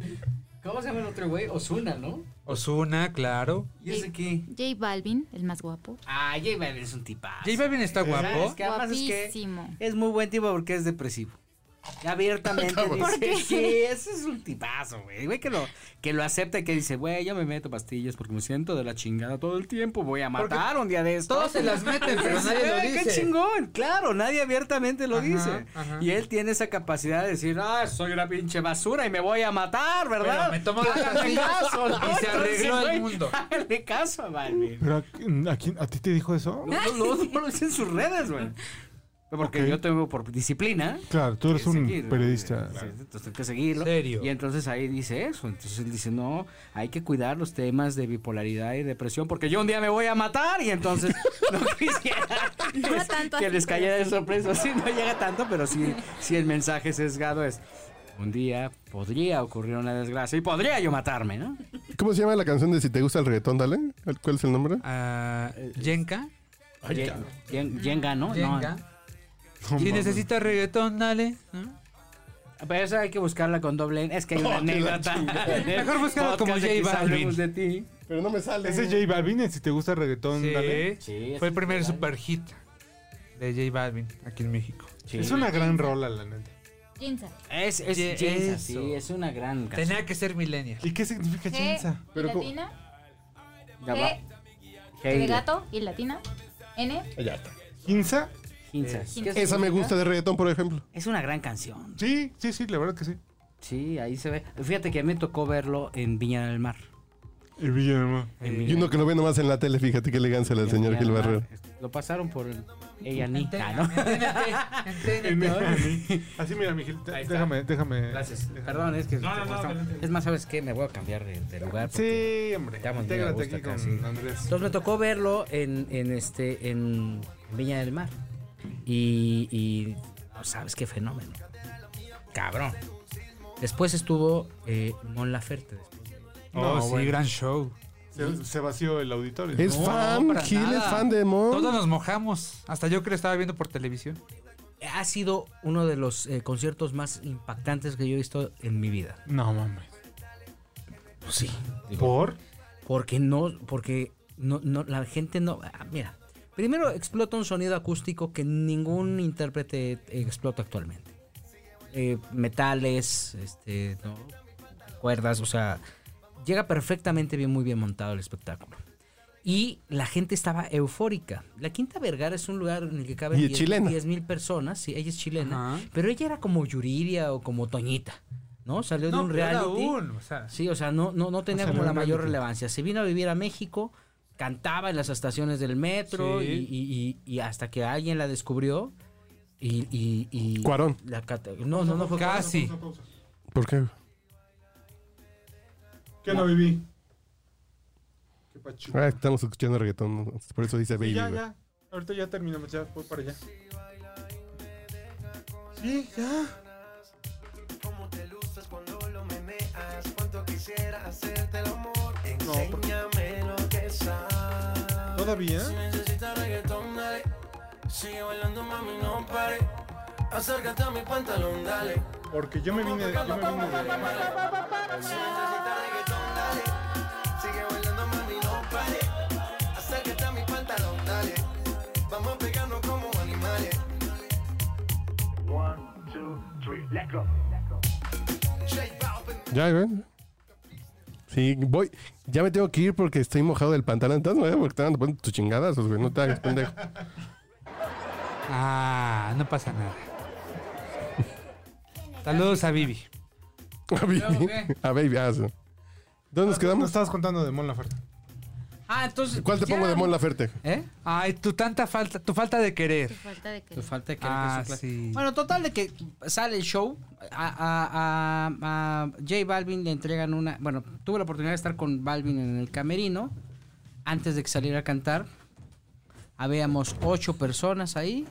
Speaker 6: ¿Cómo se llama el otro güey? Osuna, ¿no?
Speaker 4: Osuna, claro.
Speaker 6: ¿Y ese qué?
Speaker 5: J Balvin, el más guapo.
Speaker 6: Ah, J Balvin es un tipazo.
Speaker 4: J Balvin está guapo.
Speaker 6: Es que además es que-
Speaker 5: Guapísimo.
Speaker 6: Es muy buen tipo porque es depresivo. Y abiertamente dice, sí, ese es un tipazo, güey. Güey que lo, que lo acepta y que dice, güey, yo me meto pastillas porque me siento de la chingada todo el tiempo. Voy a matar un día de estos.
Speaker 4: Todos
Speaker 6: [LAUGHS]
Speaker 4: se las meten, pero
Speaker 6: Sí,
Speaker 4: nadie lo
Speaker 6: güey,
Speaker 4: dice.
Speaker 6: Qué chingón, claro, nadie abiertamente lo
Speaker 4: Ajá,
Speaker 6: dice.
Speaker 4: ajá.
Speaker 6: Y él tiene esa capacidad de decir, ah, soy una pinche basura y me voy a matar, ¿verdad?
Speaker 4: Pero me tomo las
Speaker 6: Háganle
Speaker 4: pastillas
Speaker 6: caso, ¿no?
Speaker 4: y se arregló el
Speaker 6: güey,
Speaker 4: mundo.
Speaker 6: [LAUGHS] Háganle caso
Speaker 4: [LAUGHS]
Speaker 6: a Balvin.
Speaker 1: ¿Pero a, quién- a quién- a ti te dijo eso?
Speaker 6: Lo, lo, lo- lo dice en sus redes, güey. Porque
Speaker 1: Ok.
Speaker 6: yo tengo por disciplina.
Speaker 1: Claro, tú eres
Speaker 6: que
Speaker 1: un
Speaker 6: seguir, ¿no?
Speaker 1: periodista.
Speaker 6: Sí, entonces tengo que seguirlo.
Speaker 4: Serio.
Speaker 6: Y entonces ahí dice eso. Entonces él dice, no, hay que cuidar los temas de bipolaridad y depresión porque yo un día me voy a matar
Speaker 4: [LAUGHS]
Speaker 6: y entonces no quisiera
Speaker 5: No
Speaker 6: que-
Speaker 5: tanto
Speaker 6: que
Speaker 5: así,
Speaker 6: les cayera de
Speaker 5: pero sí.
Speaker 6: sorpresa. Sí, no llega tanto,
Speaker 4: [LAUGHS]
Speaker 6: pero sí, sí el mensaje sesgado es, un día podría ocurrir una desgracia y podría yo matarme, ¿no?
Speaker 2: ¿Cómo se llama la canción de Si te gusta el reggaetón, dale? ¿Cuál es el nombre?
Speaker 4: Ah, Yenka.
Speaker 6: Yen- Yen- Yenga, ¿no?
Speaker 4: Yenka.
Speaker 6: No.
Speaker 4: Si necesita reggaetón, dale. ¿no?
Speaker 6: Pero eso hay que buscarla con doble N. Es que hay
Speaker 4: Oh,
Speaker 6: una anécdota. [LAUGHS]
Speaker 4: Mejor búscala como
Speaker 6: Podcast de
Speaker 4: J
Speaker 6: quizá
Speaker 4: Balvin.
Speaker 6: hablemos de ti.
Speaker 2: Pero no me sale.
Speaker 1: Ese es J Balvin, el si te gusta el reggaetón,
Speaker 4: Sí.
Speaker 1: dale.
Speaker 6: Sí,
Speaker 4: Fue el primer super hit de J Balvin aquí en México.
Speaker 1: Es una gran rola, la neta.
Speaker 5: Ginza.
Speaker 6: Es, es
Speaker 4: Ye-
Speaker 6: Jensa,
Speaker 4: eso.
Speaker 6: sí, es una gran canción.
Speaker 4: Tenía que ser millennial.
Speaker 1: ¿Y qué significa chinza?
Speaker 5: G latina.
Speaker 6: Ya va.
Speaker 5: G de gato y latina. N.
Speaker 2: Ah, Ya está.
Speaker 1: ¿Ginza?
Speaker 6: Jinza.
Speaker 5: Jinza.
Speaker 6: ¿Qué
Speaker 2: Esa me
Speaker 6: significa?
Speaker 2: gusta de reggaetón, por ejemplo.
Speaker 6: Es una gran canción.
Speaker 1: Sí, sí, sí, la verdad que sí.
Speaker 6: Sí, ahí se ve. Fíjate que a mí me tocó verlo en Viña del Mar.
Speaker 1: Y Villanueva.
Speaker 6: En
Speaker 2: Y
Speaker 6: Viña
Speaker 2: uno que lo ve nomás en la tele, fíjate qué elegancia del
Speaker 6: del
Speaker 2: señor
Speaker 6: Mar.
Speaker 2: Gil Barrera.
Speaker 6: Lo pasaron por el- ella ni. Ah,
Speaker 1: [LAUGHS]
Speaker 6: ¿no?
Speaker 1: En- [LAUGHS] Así mira, Miguel,
Speaker 7: Ahí está.
Speaker 1: déjame, déjame.
Speaker 7: Gracias.
Speaker 6: Perdón, es que.
Speaker 7: No, no, no, adelante.
Speaker 6: es más, ¿sabes qué? Me voy a cambiar de, de lugar. porque-
Speaker 1: Sí, hombre.
Speaker 6: Estamos muy a
Speaker 1: Intégrate aquí
Speaker 6: gusto acá,
Speaker 1: con
Speaker 6: sí.
Speaker 1: Andrés.
Speaker 6: Entonces me tocó verlo en, en este en Viña del Mar. Y, y no sabes qué fenómeno. Cabrón. Después estuvo eh, Mon Laferte. después.
Speaker 4: [LAUGHS] Oh,
Speaker 1: No,
Speaker 4: sí,
Speaker 1: bueno.
Speaker 4: gran show.
Speaker 1: Se, se vació el auditorio.
Speaker 2: Es
Speaker 4: No,
Speaker 2: fan,
Speaker 4: para
Speaker 2: Gil es
Speaker 4: nada.
Speaker 2: fan de
Speaker 4: Todos
Speaker 2: Mon.
Speaker 4: nos mojamos. Hasta yo que lo estaba viendo por televisión.
Speaker 6: Ha sido uno de los eh, conciertos más impactantes que yo he visto en mi vida.
Speaker 1: No mames.
Speaker 6: Pues sí.
Speaker 1: ¿Por?
Speaker 6: Porque no, porque no, no, la gente no. ah, mira, primero explota un sonido acústico que ningún intérprete eh, explota actualmente. Eh, metales, este, ¿no? cuerdas, o sea, llega perfectamente bien, muy bien montado el espectáculo. Y la gente estaba eufórica. La Quinta Vergara es un lugar en el que caben
Speaker 2: Y es chilena.
Speaker 6: 10 mil personas. Sí, ella es chilena.
Speaker 4: Ajá.
Speaker 6: Pero ella era como Yuriria o como Toñita, ¿no? Salió de un
Speaker 4: pero era
Speaker 6: reality.
Speaker 4: un, o sea,
Speaker 6: Sí, o sea, no, no, no tenía
Speaker 1: O sea,
Speaker 6: como
Speaker 1: no
Speaker 6: la
Speaker 1: era
Speaker 6: mayor
Speaker 1: reality.
Speaker 6: relevancia. Se vino a vivir a México, cantaba en las estaciones del metro
Speaker 4: Sí.
Speaker 6: y, y- y- y hasta que alguien la descubrió
Speaker 10: Y, y, y-
Speaker 2: Cuarón.
Speaker 10: La cata- No, no, no fue
Speaker 4: Casi.
Speaker 10: Cuarón.
Speaker 2: ¿Por qué?
Speaker 1: ¿Qué no viví? Qué pachu.
Speaker 2: Ah, estamos escuchando reggaetón, ¿no? por eso dice
Speaker 1: Sí,
Speaker 2: Baby.
Speaker 1: ya,
Speaker 2: güey.
Speaker 1: ya. Ahorita ya terminamos, ya voy para allá. Sí, ya.
Speaker 8: Cómo te luces cuando lo meneas. Cuánto quisiera hacerte el amor.
Speaker 1: No, pero-
Speaker 8: Enséñame lo que sabes.
Speaker 1: ¿Todavía?
Speaker 8: Si necesitas reggaetón, dale. Sigue bailando, mami, no pare. Acércate a mi pantalón, dale.
Speaker 1: Porque yo me vine de. Yo me vine de...
Speaker 8: Si necesitas reggaetón, dale. Sigue bailando, mami, no pare. Acércate a mi pantalón, dale. Vamos a pegarnos como animales. One, two, three, let's go.
Speaker 2: Ya, güey. Sí, voy. Ya me tengo que ir porque estoy mojado del pantalón. Entonces, güey, porque estaban poniendo tus chingadas, güey. No te hagas
Speaker 4: [LAUGHS]
Speaker 2: pendejo.
Speaker 4: Ah, no pasa nada. Saludos a Vivi.
Speaker 2: [LAUGHS] A Baby. A Baby. ah, sí. ¿Dónde nos
Speaker 1: Nos
Speaker 2: quedamos?
Speaker 1: estabas contando de Mon Laferte.
Speaker 6: Ah, entonces.
Speaker 2: ¿Cuál te
Speaker 6: ya.
Speaker 2: pongo de Mon Laferte?
Speaker 4: ¿Eh? Ay, tu tanta falta, tu falta de querer.
Speaker 5: Falta de que.
Speaker 6: Tu falta de querer que
Speaker 4: Ah,
Speaker 6: supla-
Speaker 4: sí.
Speaker 6: Bueno, total de que sale el show. A, a, a- a J Balvin le entregan una. Bueno, tuve la oportunidad de estar con Balvin en el camerino. Antes de que saliera a cantar. Habíamos ocho personas ahí.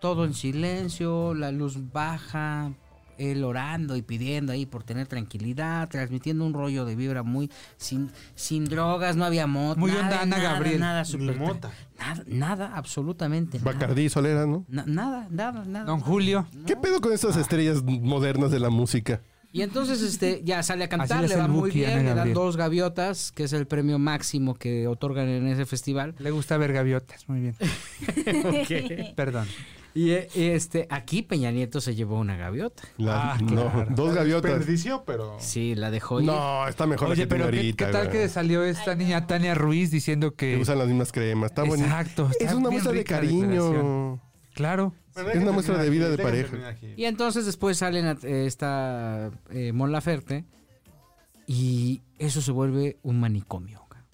Speaker 6: Todo en silencio, la luz baja. Él orando y pidiendo ahí por tener tranquilidad, transmitiendo un rollo de vibra muy. Sin, sin drogas, no había mota.
Speaker 4: Muy
Speaker 6: nada,
Speaker 4: onda Ana
Speaker 6: nada,
Speaker 4: Gabriel.
Speaker 6: Nada,
Speaker 1: Ni
Speaker 6: súper-
Speaker 1: mota.
Speaker 6: Nada, nada, absolutamente nada.
Speaker 2: Bacardí, Solera, ¿no?
Speaker 6: Na- nada, nada, nada.
Speaker 4: Don Julio.
Speaker 2: ¿Qué pedo con esas estrellas modernas de la música?
Speaker 6: Y entonces este ya sale a cantar,
Speaker 4: Así le
Speaker 6: le
Speaker 4: hace
Speaker 6: va
Speaker 4: el
Speaker 6: muy
Speaker 4: Buki, Ana
Speaker 6: bien, le dan
Speaker 4: Gabriel.
Speaker 6: dos gaviotas, que es el premio máximo que otorgan en ese festival.
Speaker 4: Le gusta ver gaviotas, muy bien.
Speaker 5: [LAUGHS]
Speaker 4: Perdón.
Speaker 6: Y eh, este aquí Peña Nieto se llevó una gaviota.
Speaker 2: La-
Speaker 4: Ah,
Speaker 2: no,
Speaker 4: claro.
Speaker 2: dos gaviotas.
Speaker 1: Perdició, pero.
Speaker 6: Sí, la dejó ir.
Speaker 2: No, está mejor la
Speaker 4: Oye,
Speaker 2: que tiene
Speaker 4: pero ¿qué,
Speaker 2: ahorita,
Speaker 4: qué tal
Speaker 2: güey.
Speaker 4: que eh? salió esta niña Tania Ruiz diciendo
Speaker 2: Que
Speaker 4: que...
Speaker 2: usan las mismas cremas. Está bonito.
Speaker 4: Exacto.
Speaker 2: Es
Speaker 4: está
Speaker 2: una
Speaker 4: bien
Speaker 2: muestra de
Speaker 4: rica la declaración.
Speaker 2: cariño.
Speaker 4: Claro.
Speaker 1: Pero
Speaker 2: Es
Speaker 1: déjenme
Speaker 2: una muestra
Speaker 1: terminar
Speaker 2: de vida
Speaker 1: aquí,
Speaker 2: de
Speaker 1: déjenme
Speaker 2: pareja.
Speaker 1: terminar aquí.
Speaker 6: Y entonces después salen a- eh, esta eh, Mon Laferte y eso se vuelve un manicomio. ca.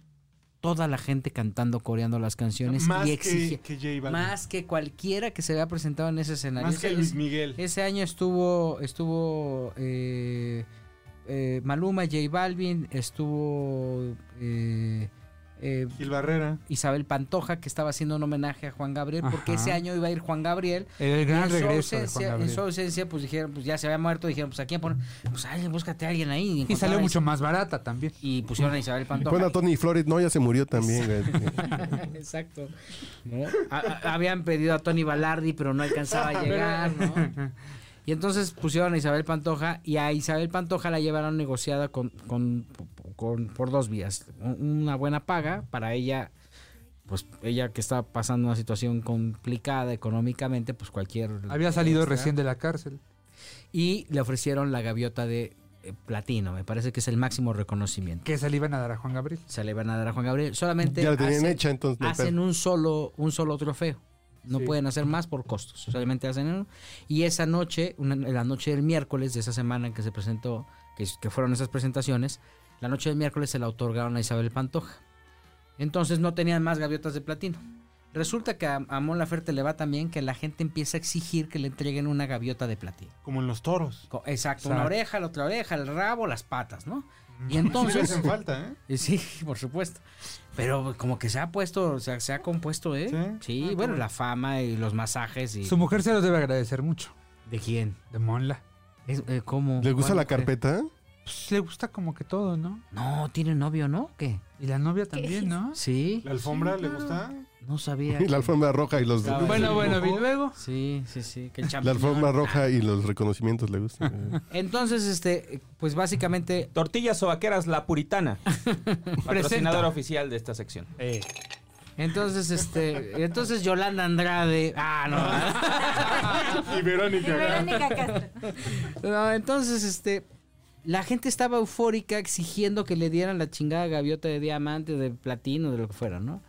Speaker 6: Toda la gente cantando, coreando las canciones
Speaker 1: Más
Speaker 6: este y
Speaker 1: que,
Speaker 6: exige
Speaker 1: que J Balvin.
Speaker 6: más que cualquiera que se había presentado en ese escenario.
Speaker 1: Más que
Speaker 6: Ese-
Speaker 1: Luis Miguel.
Speaker 6: Ese año estuvo, estuvo eh, eh, Maluma, J Balvin, estuvo eh, eh,
Speaker 1: Gil Barrera.
Speaker 6: Isabel Pantoja, que estaba haciendo un homenaje a Juan Gabriel, porque
Speaker 4: Ajá.
Speaker 6: ese año iba a ir Juan Gabriel.
Speaker 4: El
Speaker 6: Y
Speaker 4: gran
Speaker 6: en su
Speaker 4: regreso de
Speaker 6: ausencia-
Speaker 4: Juan
Speaker 6: En su
Speaker 4: Gabriel.
Speaker 6: ausencia, pues dijeron, pues ya se había muerto, dijeron, pues aquí quién poner, pues alguien, búscate a alguien ahí.
Speaker 4: Y
Speaker 6: encontraron
Speaker 4: salió
Speaker 6: a
Speaker 4: mucho
Speaker 6: Isabel-
Speaker 4: más barata también.
Speaker 6: Y pusieron a Isabel Pantoja.
Speaker 2: Bueno, Tony Flores, no, ya se murió también,
Speaker 4: [LAUGHS]
Speaker 2: güey.
Speaker 6: [LAUGHS] Exacto. ¿no? A- a- habían pedido a Tony Balardi, pero no alcanzaba a llegar, [LAUGHS] ¿no? Y entonces pusieron a Isabel Pantoja y a Isabel Pantoja la llevaron negociada con, con- con- por dos vías. Un- Una buena paga para ella, pues ella que estaba pasando una situación complicada económicamente, pues cualquier...
Speaker 4: Había salido
Speaker 6: extra.
Speaker 4: recién de la cárcel.
Speaker 6: Y le ofrecieron la gaviota de eh, platino, me parece que es el máximo reconocimiento.
Speaker 4: Que se le iban a dar a Juan Gabriel.
Speaker 6: Se le van a dar a Juan Gabriel. Solamente
Speaker 2: Ya la tenían
Speaker 6: hace-
Speaker 2: hecha, entonces. no hay
Speaker 6: hacen
Speaker 2: pedo.
Speaker 6: un solo, un solo trofeo. No
Speaker 4: Sí.
Speaker 6: pueden hacer más por costos. Solamente hacen uno. Y esa noche, una- la noche del miércoles de esa semana en que se presentó, que, que fueron esas presentaciones, la noche del miércoles se la otorgaron a Isabel Pantoja. Entonces no tenían más gaviotas de platino. Resulta que a, a Mon Laferte le va tan bien que la gente empieza a exigir que le entreguen una gaviota de platino.
Speaker 1: Como en los toros.
Speaker 6: Co- Exacto, una
Speaker 4: Exacto.
Speaker 6: oreja, la otra oreja, el rabo, las patas, ¿no?
Speaker 1: [LAUGHS]
Speaker 6: Y
Speaker 1: Sí le
Speaker 6: entonces...
Speaker 1: hacen falta, ¿eh?
Speaker 6: Y Sí, [LAUGHS] por supuesto. Pero como que se ha puesto, o sea, se ha compuesto, ¿eh? Sí,
Speaker 1: ¿Sí? Ah,
Speaker 6: bueno,
Speaker 1: qué
Speaker 6: la fama y los masajes y...
Speaker 4: Su mujer se los debe agradecer mucho.
Speaker 6: ¿De quién?
Speaker 4: De Monla.
Speaker 6: Es, eh, ¿Cómo?
Speaker 2: ¿Le gusta
Speaker 6: ¿Cuál?
Speaker 2: la carpeta? [LAUGHS]
Speaker 4: Pues le gusta como que todo, ¿no?
Speaker 6: No, tiene novio, ¿no? ¿Qué?
Speaker 4: Y la novia también, ¿no?
Speaker 6: Sí,
Speaker 1: ¿La alfombra le gusta?
Speaker 6: no sabía.
Speaker 2: [LAUGHS] Y la alfombra roja y los.
Speaker 6: Claro.
Speaker 4: Bueno,
Speaker 6: Sí.
Speaker 4: bueno, y luego.
Speaker 6: Sí, sí, sí. Que el
Speaker 2: La
Speaker 6: champiñón.
Speaker 2: alfombra roja y los reconocimientos Eh, le gustan.
Speaker 6: Entonces, este, pues básicamente...
Speaker 10: Tortillas o vaqueras, la
Speaker 3: [LAUGHS]
Speaker 10: puritana. Patrocinadora oficial de esta sección.
Speaker 3: Eh,
Speaker 6: Entonces, este... Entonces Yolanda Andrade... Ah, no.
Speaker 1: Y Verónica.
Speaker 5: Verónica Castro.
Speaker 6: No, entonces, este. La gente estaba eufórica exigiendo que le dieran la chingada gaviota de diamante, de platino, de lo que fuera, ¿no?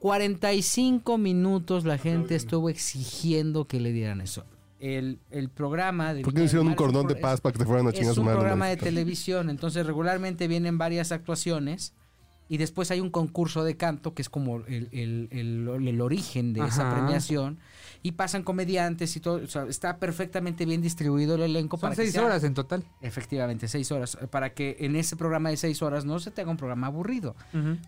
Speaker 6: 45 minutos la gente estuvo exigiendo que le dieran eso. El, el programa de.
Speaker 2: ¿Por qué no hicieron un
Speaker 6: Marco
Speaker 2: cordón de
Speaker 6: es-
Speaker 2: paz para que te fueran a chingar
Speaker 6: Es
Speaker 2: su
Speaker 6: un
Speaker 2: madre?
Speaker 6: programa
Speaker 2: güey?
Speaker 6: de televisión, entonces regularmente vienen varias actuaciones Y después hay un concurso de canto que es como el, el- el- el origen de esa
Speaker 4: Ajá.
Speaker 6: premiación. Y pasan comediantes y todo. o sea, está perfectamente bien distribuido el elenco.
Speaker 4: Son seis horas en total.
Speaker 6: Efectivamente, seis horas. eh, Para que en ese programa de seis horas no se te haga un programa aburrido.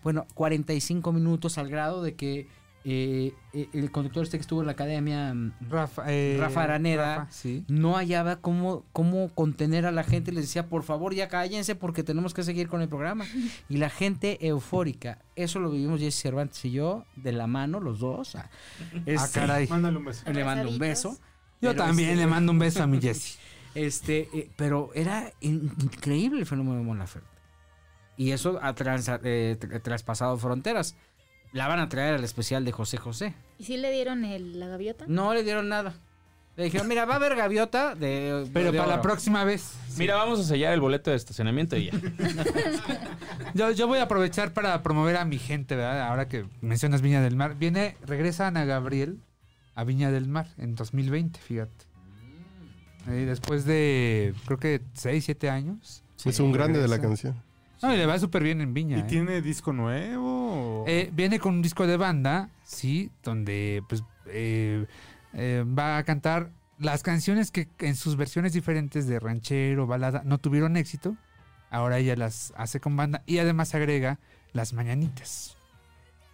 Speaker 6: Bueno, 45 minutos al grado de que eh, eh, el conductor este que estuvo en la academia, mm,
Speaker 4: Rafa, eh,
Speaker 6: Rafa Araneda,
Speaker 4: Rafa, sí.
Speaker 6: no hallaba cómo, cómo contener a la gente. Les decía, por favor, ya cállense porque tenemos que seguir con el programa. Y la gente eufórica. Eso lo vivimos Jesse Cervantes y yo, de la mano, los dos. Ah, este,
Speaker 4: caray. Mándale
Speaker 1: un beso.
Speaker 6: Le mando un beso.
Speaker 4: Yo
Speaker 6: Pero,
Speaker 4: también
Speaker 6: este,
Speaker 4: le mando un beso a mi Jesse.
Speaker 6: [LAUGHS] Este, eh, pero era in- increíble el fenómeno de Mon Laferte. Y eso ha transa- eh, tr- traspasado fronteras. La van a traer al especial de José José.
Speaker 5: ¿Y si le dieron el- la gaviota?
Speaker 6: No le dieron nada. Le dijeron, mira, va a haber gaviota de.
Speaker 3: Pero para la
Speaker 4: próxima vez.
Speaker 3: Mira, vamos a sellar el boleto de estacionamiento [LAUGHS] y ya.
Speaker 4: Yo, yo voy a aprovechar para promover a mi gente, ¿verdad? Ahora que mencionas Viña del Mar. Viene, regresa Ana Gabriel a Viña del Mar en 2020, fíjate.
Speaker 6: Mm.
Speaker 4: Eh, después de, creo que 6, 7 años.
Speaker 2: es un grande de la
Speaker 4: regresa.
Speaker 2: canción.
Speaker 4: No, y le va súper bien en Viña.
Speaker 2: ¿Y
Speaker 1: ¿Tiene disco nuevo? o-
Speaker 4: Eh, viene con un disco de banda, sí, donde pues eh, eh, va a cantar las canciones que en sus versiones diferentes de ranchero, balada, no tuvieron éxito. Ahora ella las hace con banda y además agrega las mañanitas.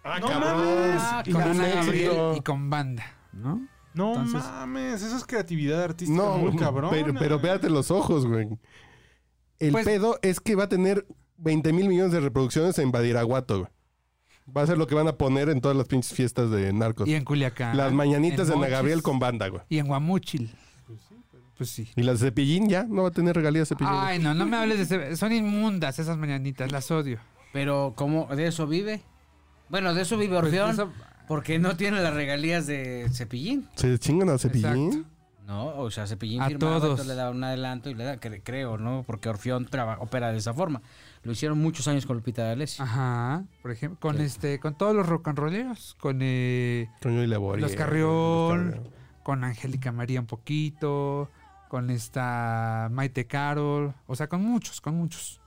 Speaker 1: ¡Ah,
Speaker 4: ¡No
Speaker 1: cabrón!
Speaker 4: mames!
Speaker 1: Y
Speaker 4: con
Speaker 1: la
Speaker 4: Ana Gabriel
Speaker 1: éxito.
Speaker 4: y con banda, ¿no?
Speaker 1: No
Speaker 4: Entonces-
Speaker 1: mames, eso es creatividad artística
Speaker 2: No,
Speaker 1: muy cabrón.
Speaker 2: pero, pero véate los ojos, güey. El
Speaker 1: Pues-
Speaker 2: pedo es que va a tener 20 mil millones de reproducciones en Badiraguato, güey. Va a ser lo que van a poner en todas las pinches fiestas de narcos.
Speaker 4: Y en Culiacán.
Speaker 2: Las mañanitas
Speaker 4: en
Speaker 2: de Ana
Speaker 4: Mochis.
Speaker 2: Gabriel con banda, güey.
Speaker 4: Y en Guamúchil. Pues sí.
Speaker 2: Y las de Cepillín ya no va a tener regalías Cepillín.
Speaker 4: Ay, no, no me hables de... ese- Son inmundas esas mañanitas, las odio.
Speaker 6: Pero, ¿cómo de eso vive? Bueno, de eso vive
Speaker 4: Pues de
Speaker 6: Orfeón.
Speaker 4: eso-
Speaker 6: Porque no tiene las regalías de Cepillín.
Speaker 2: ¿Se chingan a Cepillín?
Speaker 6: No, o sea, Cepillín
Speaker 4: A
Speaker 6: firmaba,
Speaker 4: todos.
Speaker 6: entonces le daba un adelanto y le da, cre- creo, ¿no? Porque Orfeón traba- opera de esa forma. Lo hicieron muchos años con Lupita D'Alessio.
Speaker 4: Ah, Ajá, por ejemplo, con
Speaker 6: Sí.
Speaker 4: este, con todos los rock and rolleros, con eh,
Speaker 2: Toño y Laboriel,
Speaker 4: los Carrión, con Angélica María un poquito, con esta Maite Carol, o sea, con muchos, con muchos.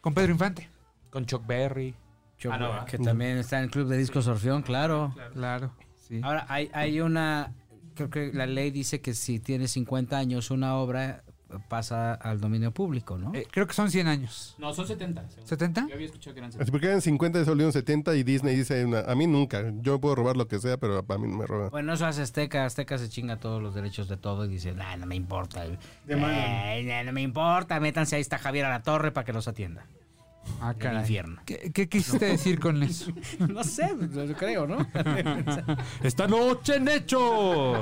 Speaker 4: Con Pedro Infante.
Speaker 3: Con Chuck Berry.
Speaker 6: Yo-
Speaker 3: Ah, no, va.
Speaker 6: que también está en el club de discos Orfeón, claro.
Speaker 4: Claro, sí.
Speaker 6: Ahora, hay, hay una. Creo que la ley dice que si tiene 50 años una obra pasa al dominio público, ¿no?
Speaker 4: Eh, creo que son 100 años.
Speaker 11: No, son 70. según.
Speaker 4: ¿70?
Speaker 11: Yo había escuchado que eran
Speaker 2: Así
Speaker 11: 70.
Speaker 2: porque eran 50 y salieron 70 y Disney dice, una- a mí nunca, yo puedo robar lo que sea, pero a mí no me roban.
Speaker 6: Bueno, eso hace Azteca. Azteca se chinga todos los derechos de todo y dice, nah, no me importa. Ay, nah, no me importa, métanse ahí está Javier a la torre para que los atienda.
Speaker 4: Ah,
Speaker 6: Del
Speaker 4: caray.
Speaker 6: infierno.
Speaker 4: ¿Qué, qué quisiste decir con eso?
Speaker 6: No sé, yo creo, [LAUGHS] ¿no?
Speaker 3: ¡Esta noche en hechos!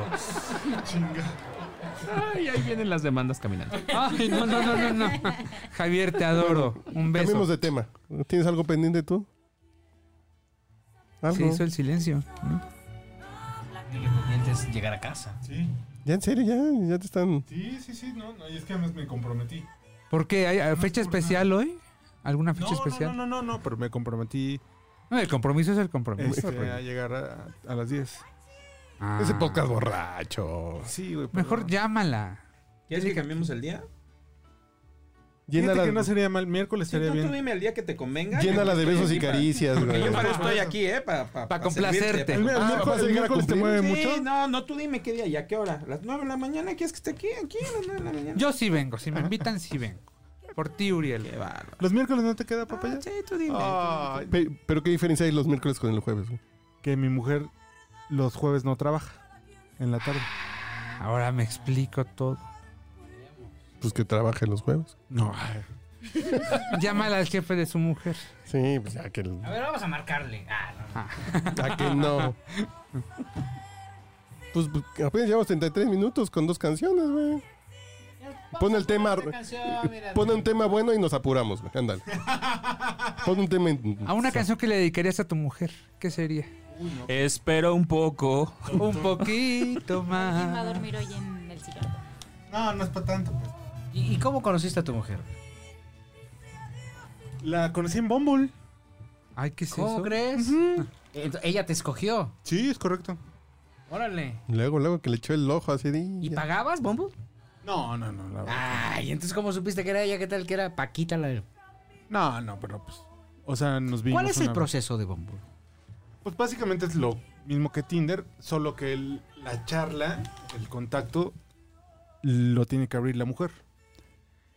Speaker 3: Ay, ahí vienen las demandas caminando.
Speaker 4: Ay, no, no, no, no, no. Javier, te adoro. Un beso.
Speaker 2: Cambiemos de tema. ¿Tienes algo pendiente tú?
Speaker 4: Se
Speaker 2: Algo.
Speaker 4: hizo el silencio. ¿no?
Speaker 6: Mientras llegar a casa.
Speaker 1: Sí,
Speaker 2: Ya en serio, ya, ya te están...
Speaker 1: sí, sí, sí, no, no, y es que además me comprometí.
Speaker 4: ¿Por qué? ¿Hay eh, fecha especial hoy? ¿Alguna
Speaker 1: No,
Speaker 4: fecha
Speaker 1: no,
Speaker 4: especial?
Speaker 1: no, no, no, no, pero me comprometí
Speaker 4: No, el compromiso es el compromiso.
Speaker 1: este,
Speaker 4: Rey.
Speaker 1: a llegar a, a las 10.
Speaker 4: Ah.
Speaker 2: Ese podcast borracho.
Speaker 1: Sí, güey.
Speaker 4: Mejor llámala.
Speaker 3: ¿Quieres que cambiemos el día?
Speaker 1: Fíjate
Speaker 2: Llénala-
Speaker 1: que no sería mal, miércoles
Speaker 3: Sí,
Speaker 1: estaría
Speaker 3: tú, tú
Speaker 1: bien.
Speaker 3: dime el día que te convenga.
Speaker 2: Llénala
Speaker 3: Yo
Speaker 2: de
Speaker 3: estoy
Speaker 2: besos y
Speaker 3: aquí para-
Speaker 2: caricias,
Speaker 3: porque
Speaker 2: güey.
Speaker 3: Yo para estoy aquí, ¿eh? Para
Speaker 4: Pa' complacerte.
Speaker 1: El, el miércoles, el miércoles te mueve
Speaker 3: Sí,
Speaker 1: mucho.
Speaker 3: no, no, tú dime qué día y a qué hora. ¿Las 9 de la mañana? ¿Quieres que esté aquí? Aquí, a las 9 de la mañana.
Speaker 4: Yo sí vengo, si me invitan, sí vengo. Por ti, Uriel.
Speaker 3: Qué bárbaro.
Speaker 1: ¿Los miércoles no te queda papaya?
Speaker 3: Ah,
Speaker 1: Ah.
Speaker 3: Sí, tú dime.
Speaker 1: Ay,
Speaker 2: Pe- pero qué diferencia hay los miércoles con el jueves, güey?
Speaker 1: que mi mujer los jueves no trabaja en la tarde.
Speaker 4: Ahora me explico todo.
Speaker 2: Pues que trabaje los jueves.
Speaker 1: No,
Speaker 4: Llámala al jefe de su mujer.
Speaker 2: Sí, pues ya que,
Speaker 6: A ver, vamos a marcarle. Ah, no, no.
Speaker 2: ya que no. Pues pues, apenas llevamos 33 minutos con dos canciones, güey. Pon el tema,
Speaker 6: Esta canción, mira.
Speaker 2: pon un tema bueno y nos apuramos, güey. Ándale. Pon un tema.
Speaker 4: A una canción que le dedicarías a tu mujer, ¿qué sería?
Speaker 3: Espera un poco.
Speaker 4: Un
Speaker 5: [LAUGHS]
Speaker 4: poquito
Speaker 5: ¿Quién va a
Speaker 4: más.
Speaker 5: dormir hoy en el sillón?
Speaker 1: no, no es para tanto. pues.
Speaker 6: ¿Y, y cómo conociste a tu mujer?
Speaker 1: La conocí en Bumble.
Speaker 4: Ay, ¿qué es
Speaker 6: ¿Cómo
Speaker 4: eso?
Speaker 6: crees? Ento- ella te escogió.
Speaker 1: Sí, es correcto.
Speaker 6: Órale.
Speaker 2: Luego, luego que le echó el ojo así. de-
Speaker 6: ¿Y
Speaker 2: ya.
Speaker 6: pagabas, Bumble?
Speaker 1: No, no, no. la verdad. Ah.
Speaker 6: Ay, entonces, ¿cómo supiste que era ella? ¿Qué tal que era Paquita la del-
Speaker 1: No, no, pero pues. O sea, nos vimos.
Speaker 6: ¿Cuál es el
Speaker 1: una vez.
Speaker 6: proceso de Bumble?
Speaker 1: Pues básicamente es lo mismo que Tinder, solo que el- la charla, el contacto, lo tiene que abrir la mujer.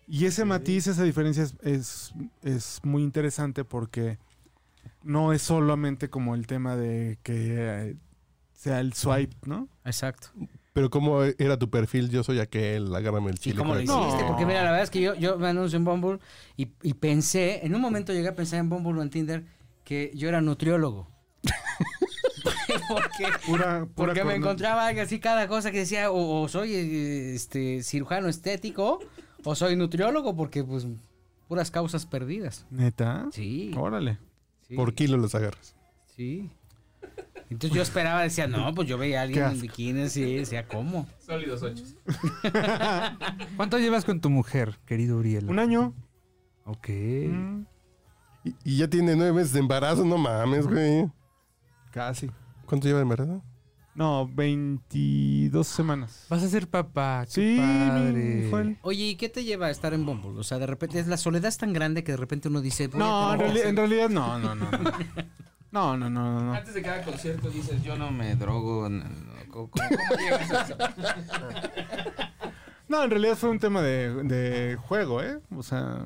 Speaker 1: Y ese matiz, esa diferencia es, es, es muy interesante porque no es solamente como el tema de que eh, sea el swipe, ¿no?
Speaker 6: Exacto.
Speaker 2: Pero ¿cómo era tu perfil? Yo soy aquel, agárrame el chile.
Speaker 6: ¿Cómo lo
Speaker 2: con el-
Speaker 6: hiciste? Porque mira, la verdad es que yo, yo me anuncio en Bumble y, y pensé, en un momento llegué a pensar en Bumble o en Tinder que yo era nutriólogo. [LAUGHS] porque
Speaker 1: Pura, pura
Speaker 6: porque me
Speaker 1: cornu-
Speaker 6: encontraba algo así cada cosa que decía, o, o soy eh, este cirujano estético, o soy nutriólogo, porque pues puras causas perdidas.
Speaker 1: ¿Neta?
Speaker 6: Sí.
Speaker 1: Órale.
Speaker 6: Sí.
Speaker 2: Por kilo los agarras.
Speaker 6: Sí. Entonces yo esperaba, decía, no, pues yo veía a
Speaker 2: [LAUGHS]
Speaker 6: alguien
Speaker 2: Qué
Speaker 6: en
Speaker 2: asco.
Speaker 6: bikini, sí, decía, ¿cómo?
Speaker 3: Sólidos ocho.
Speaker 4: ¿Cuánto llevas con tu mujer, querido Uriel?
Speaker 1: Un año. Mm.
Speaker 4: Ok.
Speaker 2: Y, y ya tiene nueve meses de embarazo, no mames, güey.
Speaker 1: Casi.
Speaker 2: ¿Cuánto lleva de embarazo?
Speaker 1: No, 22 semanas.
Speaker 4: Vas a ser papá. qué
Speaker 1: Sí, mi
Speaker 4: padre.
Speaker 1: Juan.
Speaker 6: Oye, ¿y qué te lleva a estar en Bumble? O sea, de repente, es la soledad es tan grande que de repente uno dice... voy a
Speaker 1: No, en,
Speaker 6: tener
Speaker 1: reali-
Speaker 6: que
Speaker 1: en realidad no, no, no. no. No, no, no, no, no.
Speaker 3: Antes de cada concierto dices, yo no me drogo. no, no, ¿Cómo, cómo- cómo llegas a eso?
Speaker 1: No, en realidad fue un tema de, de juego, ¿eh? O sea...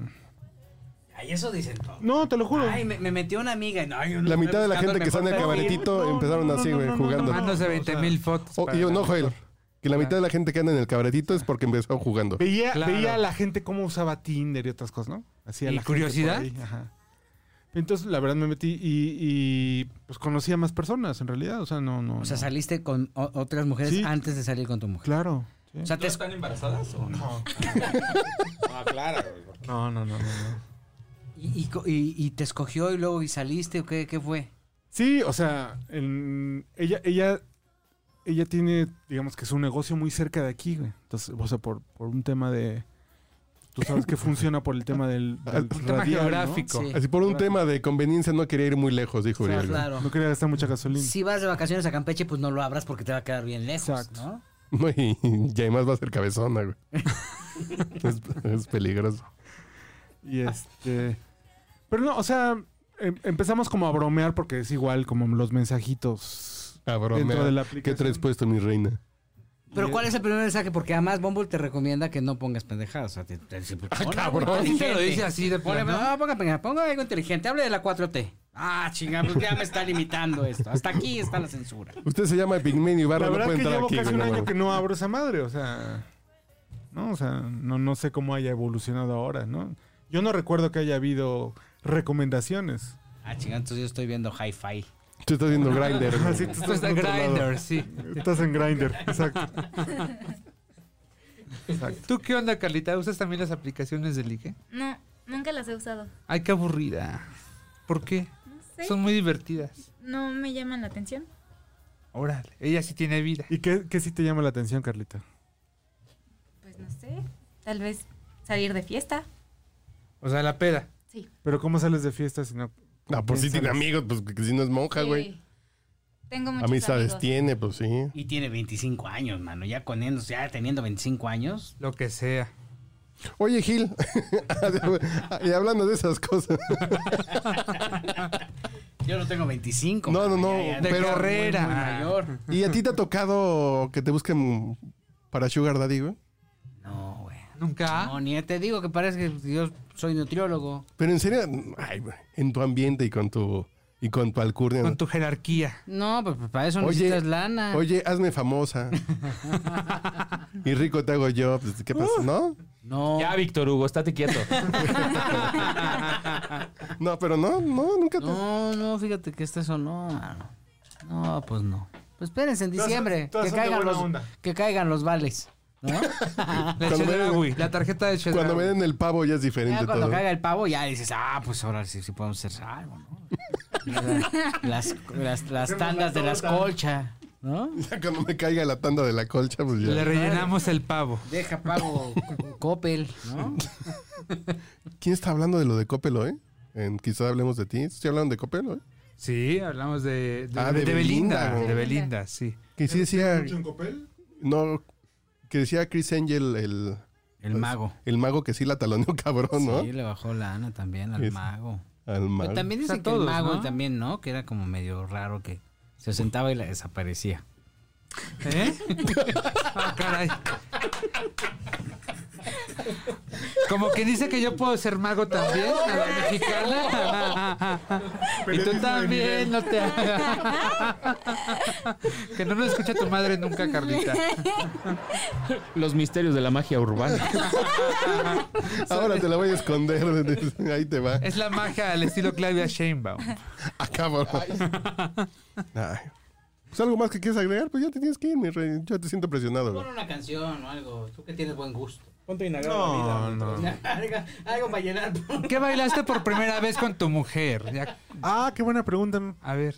Speaker 6: Ay, eso dicen todos.
Speaker 1: No, te lo juro.
Speaker 6: Ay, me, me metió una amiga. y No, yo no
Speaker 2: La
Speaker 6: estoy
Speaker 2: mitad de la
Speaker 6: buscando
Speaker 2: gente que
Speaker 6: mejor
Speaker 2: está en el
Speaker 6: perfil.
Speaker 2: cabaretito empezaron así, güey, jugando.
Speaker 4: Mándose 20 mil fotos.
Speaker 2: Oh,
Speaker 4: para
Speaker 2: y yo,
Speaker 4: la-
Speaker 2: no, Joel. Que la mitad de la gente que anda en el cabaretito es porque empezó jugando.
Speaker 1: Veía,
Speaker 4: Claro.
Speaker 1: veía a la gente cómo usaba Tinder y otras cosas, ¿no? Hacía
Speaker 4: ¿Y
Speaker 1: la gente por
Speaker 4: curiosidad?
Speaker 1: ahí, ajá. Entonces, la verdad, me metí y, y, pues conocí a más personas, en realidad. O sea, no, no.
Speaker 6: O sea,
Speaker 1: no.
Speaker 6: saliste con o- otras mujeres
Speaker 1: Sí.
Speaker 6: antes de salir con tu mujer.
Speaker 1: Claro. sí.
Speaker 6: O sea, te...
Speaker 3: ¿No están embarazadas o no? No, claro.
Speaker 1: No, no, no, no, no.
Speaker 6: Y, y co- y- y te escogió y luego y saliste o qué, qué fue?
Speaker 1: Sí, o sea, en- ella, ella, ella tiene, digamos que su negocio muy cerca de aquí, güey. Entonces, o sea, por, por un tema de. Tú sabes que funciona por el tema del, del radial,
Speaker 4: tema
Speaker 1: ¿no?
Speaker 4: geográfico.
Speaker 6: Sí.
Speaker 2: Así por un
Speaker 1: Gracias.
Speaker 2: tema de conveniencia no quería ir muy lejos, dijo Uriel.
Speaker 6: Claro.
Speaker 1: ¿no? quería gastar mucha gasolina.
Speaker 6: Si vas de vacaciones a Campeche, pues no lo abras porque te va a quedar bien lejos,
Speaker 1: Exacto.
Speaker 6: ¿no?
Speaker 2: [LAUGHS] No, y, y además va a ser cabezona, güey. [LAUGHS] es, es peligroso.
Speaker 1: Y este. Pero no, o sea, em- empezamos como a bromear porque es igual como los mensajitos
Speaker 2: Ah, broma.
Speaker 1: dentro de la
Speaker 2: ¿Qué
Speaker 1: aplicación.
Speaker 2: traes puesto, mi reina?
Speaker 6: Pero ¿cuál es el primer mensaje? Porque además Bumble te recomienda que no pongas pendejadas. O sea, te, te dice, pues, pon algo
Speaker 2: Ah, cabrón.
Speaker 4: Sí
Speaker 6: inteligente.
Speaker 4: te lo dice así de
Speaker 6: Ponle-
Speaker 4: plano.
Speaker 6: no, ponga pendeja- ponga algo inteligente. Hable de la 4T. Ah, chingada, pues ya me está limitando esto. Hasta aquí está la censura.
Speaker 2: Usted se llama Pigmenio Ibarra,
Speaker 1: La
Speaker 2: no
Speaker 1: verdad
Speaker 2: puede
Speaker 1: que
Speaker 2: entrar
Speaker 1: llevo
Speaker 2: aquí.
Speaker 1: casi
Speaker 2: güey,
Speaker 1: un
Speaker 2: no
Speaker 1: año
Speaker 2: mames.
Speaker 1: que no abro esa madre, o sea. No, o sea, no, no sé cómo haya evolucionado ahora, ¿no? Yo no recuerdo que haya habido recomendaciones.
Speaker 6: Ah, chingada, entonces yo estoy viendo hi-fi.
Speaker 2: Tú estás [LAUGHS] viendo Grindr.
Speaker 1: [LAUGHS]
Speaker 2: güey.
Speaker 1: Así que
Speaker 4: Esto
Speaker 1: estás,
Speaker 4: [LAUGHS] está
Speaker 1: en
Speaker 4: en
Speaker 1: otro lado.
Speaker 4: Grindr, sí.
Speaker 1: Estás en Grindr, exacto.
Speaker 4: ¿Tú qué onda, Carlita? ¿Usas también las aplicaciones de ligue?
Speaker 5: No, nunca las he usado.
Speaker 4: Ay, qué aburrida. ¿Por qué?
Speaker 5: No sé.
Speaker 4: Son muy divertidas.
Speaker 5: No me llaman la atención.
Speaker 4: Órale, ella sí tiene vida.
Speaker 1: ¿Y qué, qué sí te llama la atención, Carlita?
Speaker 5: Pues no sé. Tal vez salir de fiesta.
Speaker 4: O sea, la peda.
Speaker 5: Sí.
Speaker 1: Pero ¿cómo sales de fiesta si no?
Speaker 2: No, pues sí tiene
Speaker 1: Piénsales.
Speaker 2: amigos, pues que si no es monja, güey.
Speaker 5: Sí. Eh, Tengo muchos
Speaker 2: Amistades
Speaker 5: amigos.
Speaker 2: tiene, pues sí.
Speaker 6: Y tiene 25 años, mano. Ya con él, ya teniendo 25 años.
Speaker 4: Lo que sea.
Speaker 2: Oye, Gil. [LAUGHS] y hablando de esas cosas.
Speaker 6: Yo no tengo 25.
Speaker 2: No, no,
Speaker 6: mano,
Speaker 2: no,
Speaker 6: ya- ya
Speaker 4: De
Speaker 2: Pero-
Speaker 4: carrera.
Speaker 6: muy mayor.
Speaker 2: ¿Y a ti te ha tocado que te busquen para Sugar Daddy, güey?
Speaker 6: No, güey.
Speaker 2: Ah.
Speaker 4: Nunca. ah,
Speaker 6: No, ni te digo que parece que yo soy nutriólogo.
Speaker 2: Pero en serio, ay, güey, en tu ambiente y con tu y con tu alcurnia.
Speaker 4: Con
Speaker 2: ¿no?
Speaker 4: tu jerarquía.
Speaker 6: No, pues para eso
Speaker 2: Oye,
Speaker 6: necesitas lana.
Speaker 2: Oye, hazme
Speaker 6: [LAUGHS]
Speaker 2: famosa. y rico te hago yo. pues, ¿Qué pasa? ¿No?
Speaker 6: No.
Speaker 12: Ya, Víctor Hugo, estate quieto.
Speaker 2: No, pero no, no, nunca te.
Speaker 6: No, no, fíjate que este sonó, mano. No, pues no. Pues espérense en
Speaker 1: Todas-
Speaker 6: diciembre.
Speaker 1: todas
Speaker 6: que,
Speaker 1: son de
Speaker 6: caigan
Speaker 1: buena
Speaker 6: los,
Speaker 1: onda.
Speaker 6: que caigan los vales. ¿no?
Speaker 4: La
Speaker 2: Cuando me-
Speaker 4: Chedraui, La tarjeta de Chedraui.
Speaker 2: Cuando me den el pavo ya es diferente
Speaker 6: Ya
Speaker 2: todo.
Speaker 6: cuando caiga el pavo, ya dices, ah, pues ahora sí, sí podemos hacer algo, ¿no? las, las, las tandas de las colchas, ¿no?
Speaker 2: Ya [LAUGHS] cuando me caiga la tanda de la colcha, pues
Speaker 4: Le
Speaker 2: ya.
Speaker 4: rellenamos el pavo.
Speaker 6: Deja pavo Coppel, ¿no?
Speaker 2: ¿Quién está hablando de lo de Coppel hoy? En, quizá hablemos de ti. ¿Sí hablaron de Coppel hoy?
Speaker 4: Sí, hablamos de, de,
Speaker 2: Ah,
Speaker 4: de-
Speaker 2: de
Speaker 4: de Belinda.
Speaker 2: Belinda, güey.
Speaker 4: De Belinda, sí.
Speaker 2: Que sí decía.
Speaker 1: ¿Mucho en Copel?
Speaker 2: No, que decía Chris Angel, el,
Speaker 6: El mago.
Speaker 2: el mago que sí la taloneó [LAUGHS] cabrón, ¿no?
Speaker 6: Sí, le bajó lana también al
Speaker 2: Es-
Speaker 6: mago.
Speaker 2: al mago.
Speaker 6: Pero también
Speaker 13: O sea,
Speaker 6: dicen que el
Speaker 13: todos,
Speaker 6: mago
Speaker 13: ¿no?
Speaker 6: también, ¿no? Que era como medio raro que se sentaba y la desaparecía.
Speaker 4: ¿Eh? Ah, caray. Como que dice que yo puedo ser mago también, a la mexicana. y tú
Speaker 8: Periodismo de
Speaker 4: también,
Speaker 8: nivel.
Speaker 4: no te hagas. Que no nos escucha tu madre nunca, Carlita.
Speaker 10: Los misterios de la magia urbana.
Speaker 2: [LAUGHS] Ahora te la voy a esconder. [LAUGHS] Ahí te va.
Speaker 4: Es la magia al estilo Claudia Sheinbaum.
Speaker 2: Acabo. Ay. Pues algo más que quieres agregar, pues ya te tienes que ir, mi rey. Yo te siento presionado. güey.
Speaker 6: Pon una canción o algo. Tú que tienes buen gusto.
Speaker 10: Ponte
Speaker 2: No, no.
Speaker 6: [LAUGHS] Algo vallenato.
Speaker 4: ¿Qué bailaste por primera vez con tu mujer?
Speaker 1: Ah, qué buena pregunta.
Speaker 4: A ver.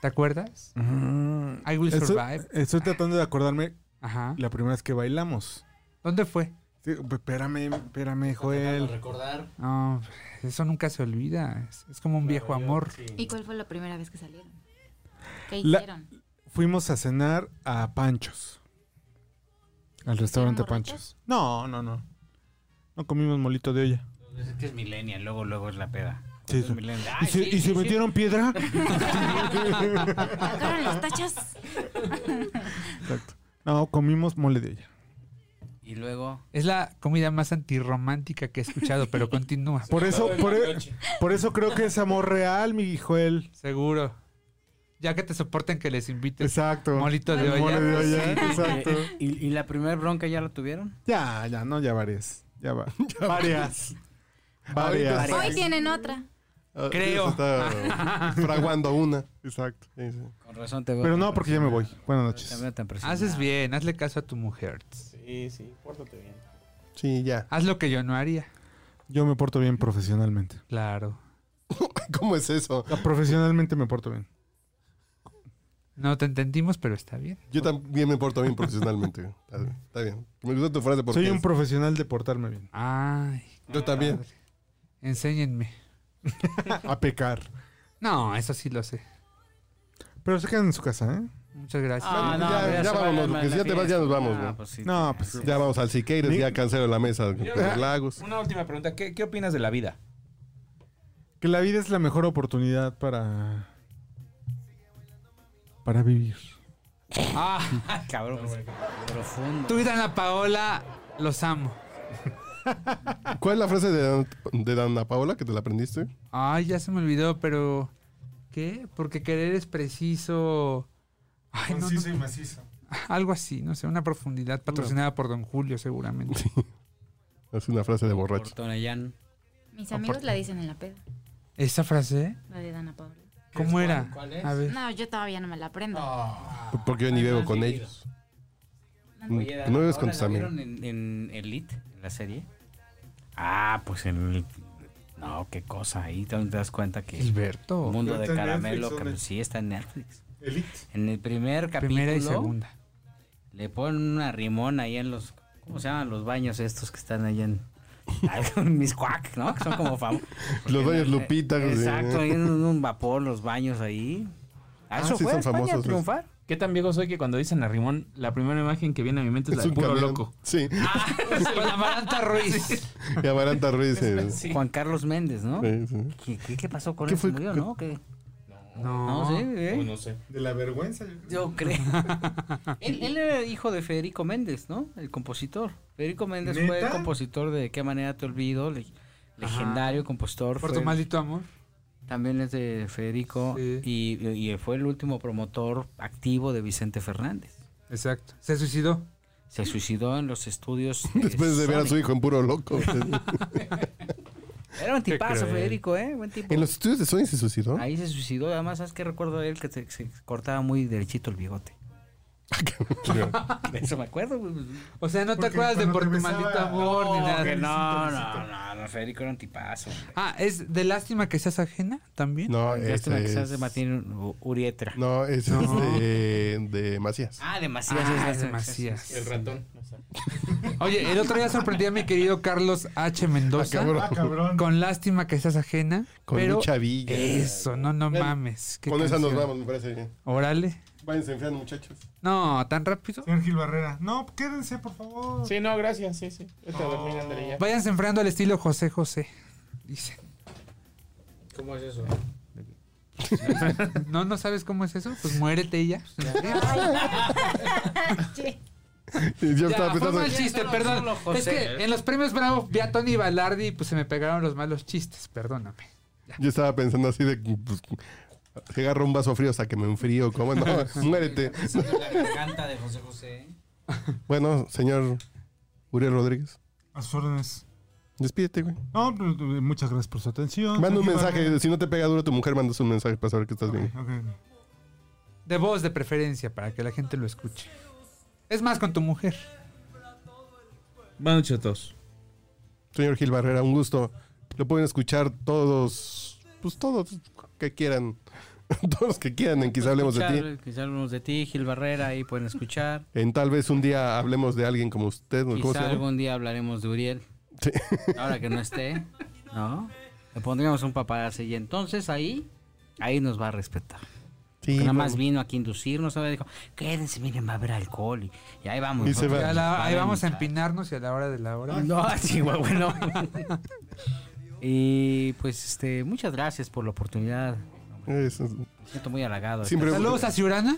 Speaker 4: ¿Te acuerdas? Mm, I will
Speaker 1: Estoy-
Speaker 4: survive.
Speaker 1: Estoy, tratando de acordarme
Speaker 4: Ajá.
Speaker 1: la primera vez que bailamos.
Speaker 4: ¿Dónde fue?
Speaker 1: Sí, espérame, espérame, Joel.
Speaker 6: Recordar.
Speaker 4: No, eso nunca se olvida. Es, es como un viejo amor.
Speaker 5: ¿Y cuál fue la primera vez que salieron? ¿Qué
Speaker 1: La-
Speaker 5: hicieron?
Speaker 1: Fuimos a cenar a Panchos. Al restaurante Panchos. No, no, no. No comimos molito de olla.
Speaker 6: Es que es millennial, luego, luego es la peda.
Speaker 1: Sí,
Speaker 6: Es
Speaker 1: sí.
Speaker 6: millennial.
Speaker 1: ¿Y
Speaker 6: Ay,
Speaker 1: se,
Speaker 6: sí,
Speaker 1: y
Speaker 6: sí,
Speaker 1: se
Speaker 6: sí.
Speaker 1: metieron
Speaker 6: [LAUGHS]
Speaker 1: piedra?
Speaker 5: ¿Sacaron las tachas?
Speaker 1: Exacto. No, comimos mole de olla.
Speaker 6: Y luego.
Speaker 4: Es la comida más antirromántica que he escuchado, pero
Speaker 1: [LAUGHS]
Speaker 4: continúa.
Speaker 1: Por eso, por, e- por eso creo que es amor real, mi Joel.
Speaker 4: Seguro. Ya que te soporten que les invites.
Speaker 1: Exacto.
Speaker 4: Molito de olla.
Speaker 1: Mole de olla,
Speaker 6: [LAUGHS]
Speaker 4: Sí.
Speaker 1: exacto.
Speaker 6: ¿Y, y la primera bronca ya la tuvieron?
Speaker 1: Ya, ya, no, ya varias. Ya [LAUGHS] va. [LAUGHS] varias.
Speaker 2: Ahorita
Speaker 1: Varias.
Speaker 5: Hoy tienen otra.
Speaker 2: Ah,
Speaker 4: Creo.
Speaker 2: se Está fraguando una.
Speaker 1: Exacto.
Speaker 2: Sí, sí.
Speaker 6: Con razón te veo.
Speaker 1: Pero no, porque ya me voy. Buenas noches.
Speaker 6: También tan presionado.
Speaker 4: Haces bien, hazle caso a tu mujer.
Speaker 10: Sí, sí, pórtate bien.
Speaker 2: Sí, ya. [LAUGHS]
Speaker 4: Haz lo que yo no haría.
Speaker 1: Yo me porto bien profesionalmente.
Speaker 4: Claro.
Speaker 2: ¿Cómo es eso?
Speaker 1: Ah, Profesionalmente me porto bien.
Speaker 4: No te entendimos, pero está bien.
Speaker 2: Yo también me porto bien profesionalmente. güey. Está bien, Está bien. Me gustó tu frase porque
Speaker 1: Soy un
Speaker 2: es-
Speaker 1: profesional de portarme bien.
Speaker 4: Ay,
Speaker 2: yo también.
Speaker 4: padre. enséñenme.
Speaker 1: A pecar.
Speaker 4: No, eso sí lo sé.
Speaker 1: Pero se quedan en su casa, ¿eh?
Speaker 4: Muchas gracias.
Speaker 6: Ah,
Speaker 2: Ya-
Speaker 6: no,
Speaker 2: ya
Speaker 6: se va
Speaker 2: vámonos,
Speaker 6: la-
Speaker 2: porque
Speaker 6: la
Speaker 2: si ya te vas, ya nos
Speaker 6: fiesta.
Speaker 2: vamos,
Speaker 6: Ah,
Speaker 2: güey.
Speaker 6: pues sí.
Speaker 1: No, pues
Speaker 2: Ya vamos al Siqueiros, ya cancelo la mesa de los lagos.
Speaker 10: Una última pregunta. ¿Qué, qué opinas de la vida?
Speaker 1: que la vida es la mejor oportunidad para. para vivir.
Speaker 6: Ah, cabrón. pues, profundo.
Speaker 4: Tú y Dana Paola, los amo.
Speaker 2: ¿Cuál es la frase de, Dan- de Dana Paola que te la aprendiste?
Speaker 4: Ay, ya se me olvidó, pero. ¿Qué? Porque querer es preciso. Ay, no, no.
Speaker 1: y macizo.
Speaker 4: Algo así, no sé, una profundidad patrocinada por Don Julio, seguramente.
Speaker 2: Es una frase de borracho.
Speaker 6: Por Tonayán.
Speaker 5: Mis amigos la dicen en la peda,
Speaker 4: ¿Esa frase?
Speaker 5: la de Dana Paola.
Speaker 4: ¿Cómo
Speaker 6: ¿Cuál-
Speaker 4: era?
Speaker 6: cuál es?
Speaker 4: A ver.
Speaker 5: No, yo todavía no me la aprendo.
Speaker 2: Porque yo ni bebo con ellos. Mm, No vives con tus
Speaker 6: ¿la
Speaker 2: amigos.
Speaker 6: vieron en, en Elite, en la serie? Ah, pues en el... No, qué cosa. Ahí te te das cuenta que...
Speaker 4: Gilberto.
Speaker 6: Mundo
Speaker 1: Pero
Speaker 6: de
Speaker 1: está en
Speaker 6: Caramelo,
Speaker 1: Netflix,
Speaker 6: que
Speaker 1: ¿dónde?
Speaker 6: pues, sí está en Netflix.
Speaker 1: Elite.
Speaker 6: En el primer capítulo
Speaker 4: Primera y segunda.
Speaker 6: le ponen una rimón ahí en los... ¿Cómo se llaman los baños estos que están ahí en... [LAUGHS] Mis cuac, ¿no? Que son como famosos.
Speaker 2: Los baños Lupita. güey.
Speaker 6: Exacto, ahí en un- un vapor, los baños ahí. ¿A
Speaker 2: Ah,
Speaker 6: eso
Speaker 2: sí,
Speaker 6: fue
Speaker 2: son
Speaker 6: a España a
Speaker 2: famosos,
Speaker 6: triunfar?
Speaker 10: ¿Qué tan viejo soy que cuando dicen a Rimón, la primera imagen que viene a mi mente es, la de
Speaker 2: Es un
Speaker 10: puro
Speaker 2: camión.
Speaker 10: loco?
Speaker 2: Sí,
Speaker 4: Con Amaranta
Speaker 2: [LAUGHS]
Speaker 4: Ruiz.
Speaker 2: y Amaranta Ruiz. eh,
Speaker 10: Sí.
Speaker 6: Juan Carlos Méndez, ¿no?
Speaker 2: sí, sí.
Speaker 6: ¿Qué, qué, qué pasó con
Speaker 2: ¿Qué
Speaker 6: él?
Speaker 2: fue?
Speaker 6: ¿Se murió, no? ¿Qué?
Speaker 4: No,
Speaker 6: No, sí, ¿eh?
Speaker 7: no sé.
Speaker 1: De la vergüenza, yo creo.
Speaker 6: Yo creo. [LAUGHS] él, él era hijo de Federico Méndez, ¿no? El compositor. Federico Méndez fue el
Speaker 1: ¿Neta?
Speaker 6: compositor de Qué manera te olvido, le- legendario compositor.
Speaker 4: Por
Speaker 6: fue-
Speaker 4: tu maldito amor.
Speaker 6: También es de Federico
Speaker 4: Sí.
Speaker 6: y, y fue el último promotor activo de Vicente Fernández.
Speaker 4: Exacto. Se suicidó.
Speaker 6: Se suicidó en
Speaker 2: [LAUGHS]
Speaker 6: los estudios. de
Speaker 2: Después de ver a su
Speaker 6: Sony.
Speaker 2: hijo en puro loco.
Speaker 6: Era un tipazo,
Speaker 4: cruel.
Speaker 6: Federico, ¿eh? Buen tipo.
Speaker 2: en los estudios de Sony se suicidó. [LAUGHS]
Speaker 6: Ahí se suicidó. Además, ¿sabes qué recuerdo de él? Que se, se cortaba muy derechito el bigote. De Eso me acuerdo. güey. pues,
Speaker 4: O sea, no te
Speaker 1: Porque
Speaker 4: acuerdas de
Speaker 1: cuando
Speaker 4: por
Speaker 1: te
Speaker 4: tu
Speaker 1: besaba-
Speaker 4: maldito amor ni nada.
Speaker 6: Que no, no, no, no, Federico era un tipazo. hombre.
Speaker 4: Ah, ¿es de lástima que seas ajena también?
Speaker 2: No,
Speaker 6: Lástima
Speaker 2: ese
Speaker 6: que seas
Speaker 2: es-
Speaker 6: de Martín U- Urietra.
Speaker 2: No, ese es de, de Macías.
Speaker 6: Ah, de Macías. es
Speaker 4: Ah,
Speaker 6: lástima
Speaker 4: es de
Speaker 6: que seas-
Speaker 4: Macías.
Speaker 7: El ratón.
Speaker 4: Oye, el otro día sorprendí a mi querido Carlos H. Mendoza
Speaker 2: Ah, cabrón.
Speaker 1: cabrón.
Speaker 4: con lástima que seas ajena.
Speaker 2: Con
Speaker 4: pero
Speaker 2: Lucha Villa.
Speaker 4: Eso, no, no
Speaker 2: Bueno,
Speaker 4: mames. qué
Speaker 2: Con esa nos
Speaker 4: canción.
Speaker 2: vamos, me parece bien.
Speaker 4: Órale.
Speaker 2: Váyanse enfriando, muchachos.
Speaker 4: No, tan rápido.
Speaker 1: Señor Gil Barrera. No, quédense, por favor.
Speaker 14: Sí, no, gracias, sí, sí. Vete a dormir, ándale, ya.
Speaker 4: Vayan sembrando al estilo José José. Dicen.
Speaker 6: ¿Cómo es eso?
Speaker 4: ¿No, ¿No sabes cómo es eso? Pues muérete y [LAUGHS] ya.
Speaker 2: Yo
Speaker 4: Ya,
Speaker 2: estaba
Speaker 4: fue
Speaker 2: pensando.
Speaker 4: mal chiste,
Speaker 6: Solo-
Speaker 4: perdón.
Speaker 6: solo José,
Speaker 4: es que
Speaker 6: ¿eh?
Speaker 4: en los premios Bravo vi a Tony Balardi y pues se me pegaron los malos chistes, perdóname.
Speaker 2: Yo estaba pensando así de. Pues, que agarro un vaso frío hasta que me enfrío. ¿Cómo no? Muérete.
Speaker 6: La garganta de José José.
Speaker 2: Bueno, señor Uriel Rodríguez,
Speaker 1: A sus órdenes.
Speaker 2: despídete, güey.
Speaker 1: No, pues, muchas gracias por su atención.
Speaker 2: Manda un
Speaker 1: Aquí
Speaker 2: mensaje. Si no te pega duro tu mujer, mandas un mensaje para saber que estás bien.
Speaker 1: va- Ok.
Speaker 4: De voz de preferencia, para que la gente lo escuche. Es más, con tu mujer.
Speaker 2: Buenas noches a todos. Señor Gil Barrera, un gusto. Lo pueden escuchar todos, pues todos que quieran. [LAUGHS] todos los que quieran en Quizá Hablemos de Ti.
Speaker 6: Quizá hablemos de ti, Gil Barrera, ahí pueden escuchar.
Speaker 2: En tal vez un día hablemos de alguien como usted. ¿no? ¿Cómo se
Speaker 6: Quizá
Speaker 2: llama?
Speaker 6: algún día hablaremos de Uriel. Ahora que no esté, ¿no? Le pondríamos un paparazzi y entonces ahí, ahí nos va a respetar.
Speaker 2: Sí,
Speaker 6: Porque nada más
Speaker 2: vamos.
Speaker 6: vino aquí a inducirnos, ¿sabes? Dijo, quédense, miren, va a haber alcohol. Y, y ahí vamos.
Speaker 2: Y se
Speaker 6: nosotros.
Speaker 2: va.
Speaker 4: A la- ahí
Speaker 6: haber
Speaker 4: vamos a
Speaker 6: mucha-
Speaker 4: empinarnos y a la hora de la hora.
Speaker 6: No, [LAUGHS] sí, güey, bueno. y pues, este, muchas gracias por la oportunidad.
Speaker 2: Es-
Speaker 6: Me siento muy halagado.
Speaker 2: Siempre- Saludos
Speaker 4: a Ciurana.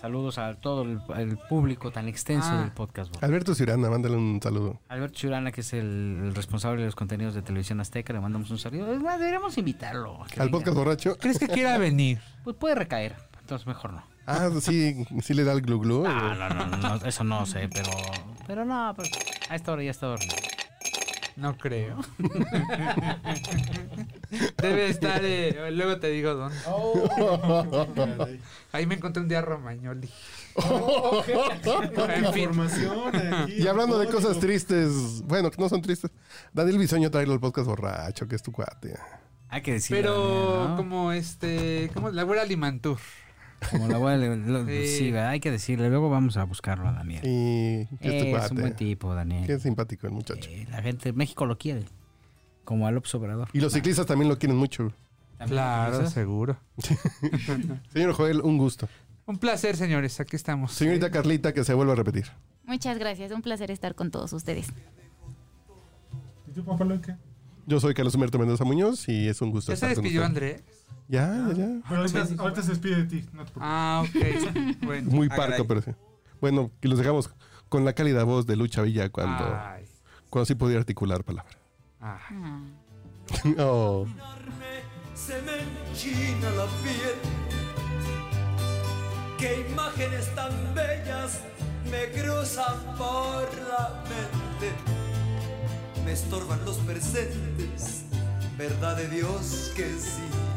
Speaker 6: Saludos a todo el, el público tan extenso
Speaker 4: Ah.
Speaker 6: del podcast. bro.
Speaker 2: Alberto Cirana, mándale un saludo.
Speaker 6: Alberto Churana, que es el, el responsable de los contenidos de Televisión Azteca, le mandamos un saludo. Es más, deberíamos invitarlo. a que
Speaker 2: ¿Al
Speaker 6: venga.
Speaker 2: podcast borracho?
Speaker 4: ¿Crees que quiera venir?
Speaker 6: Pues puede recaer, entonces mejor no.
Speaker 2: Ah, sí, sí le da el eh. glu glu.
Speaker 6: No, no, no, no, no, eso no sé, pero... Pero no, pues, a esta hora ya está dormido.
Speaker 4: No creo. [LAUGHS] Debe estar. eh, luego te digo dónde.
Speaker 2: Oh.
Speaker 4: Ahí me encontré un día a Romagnoli. En fin.
Speaker 2: Y hablando de cosas tristes, bueno, que no son tristes, Daniel Bisoño trae el podcast borracho, que es tu cuate.
Speaker 6: Hay que decir.
Speaker 4: Pero como este. Como la güera Limantur.
Speaker 6: Como la abuela,
Speaker 2: [LAUGHS]
Speaker 6: le- lo-
Speaker 4: Sí.
Speaker 6: sí, ¿verdad? hay que decirle. Luego vamos a buscarlo a Daniel.
Speaker 2: Y que es tu
Speaker 6: es
Speaker 2: cuate.
Speaker 6: un buen tipo, Daniel. Eh,
Speaker 2: Qué simpático el muchacho.
Speaker 6: La gente, México lo quiere. Como al López Obrador.
Speaker 2: Y los ciclistas también lo quieren mucho.
Speaker 6: También lo quiere.
Speaker 4: seguro.
Speaker 2: Señor Joel, un gusto.
Speaker 4: Un placer, señores. Aquí estamos.
Speaker 2: Señorita Carlita, que se vuelva a repetir.
Speaker 5: Muchas gracias, un placer estar con todos ustedes.
Speaker 1: ¿Y tú, Juan Pablo, qué?
Speaker 2: Yo soy Carlos Humberto Mendoza Muñoz y es un gusto
Speaker 4: ¿Ya se
Speaker 2: estar con
Speaker 4: despidió Ah.
Speaker 2: usted.
Speaker 4: Andrés?
Speaker 2: Ya, ya, ya.
Speaker 1: Pero ahorita, ahorita se despide de ti. No te preocupes.
Speaker 4: Ah,
Speaker 2: [LAUGHS]
Speaker 4: ok. Bueno.
Speaker 2: Muy
Speaker 4: Ah,
Speaker 2: parco, pero
Speaker 4: caray.
Speaker 2: sí. Bueno, que los dejamos con la cálida voz de Lucha Villa cuando,
Speaker 4: Ay.
Speaker 2: cuando sí podía articular palabras.
Speaker 4: Ah.
Speaker 2: [LAUGHS] Oh.
Speaker 14: se me enchina la piel. Qué imágenes tan bellas me cruzan por la mente. Me estorban los presentes, verdad de Dios que sí.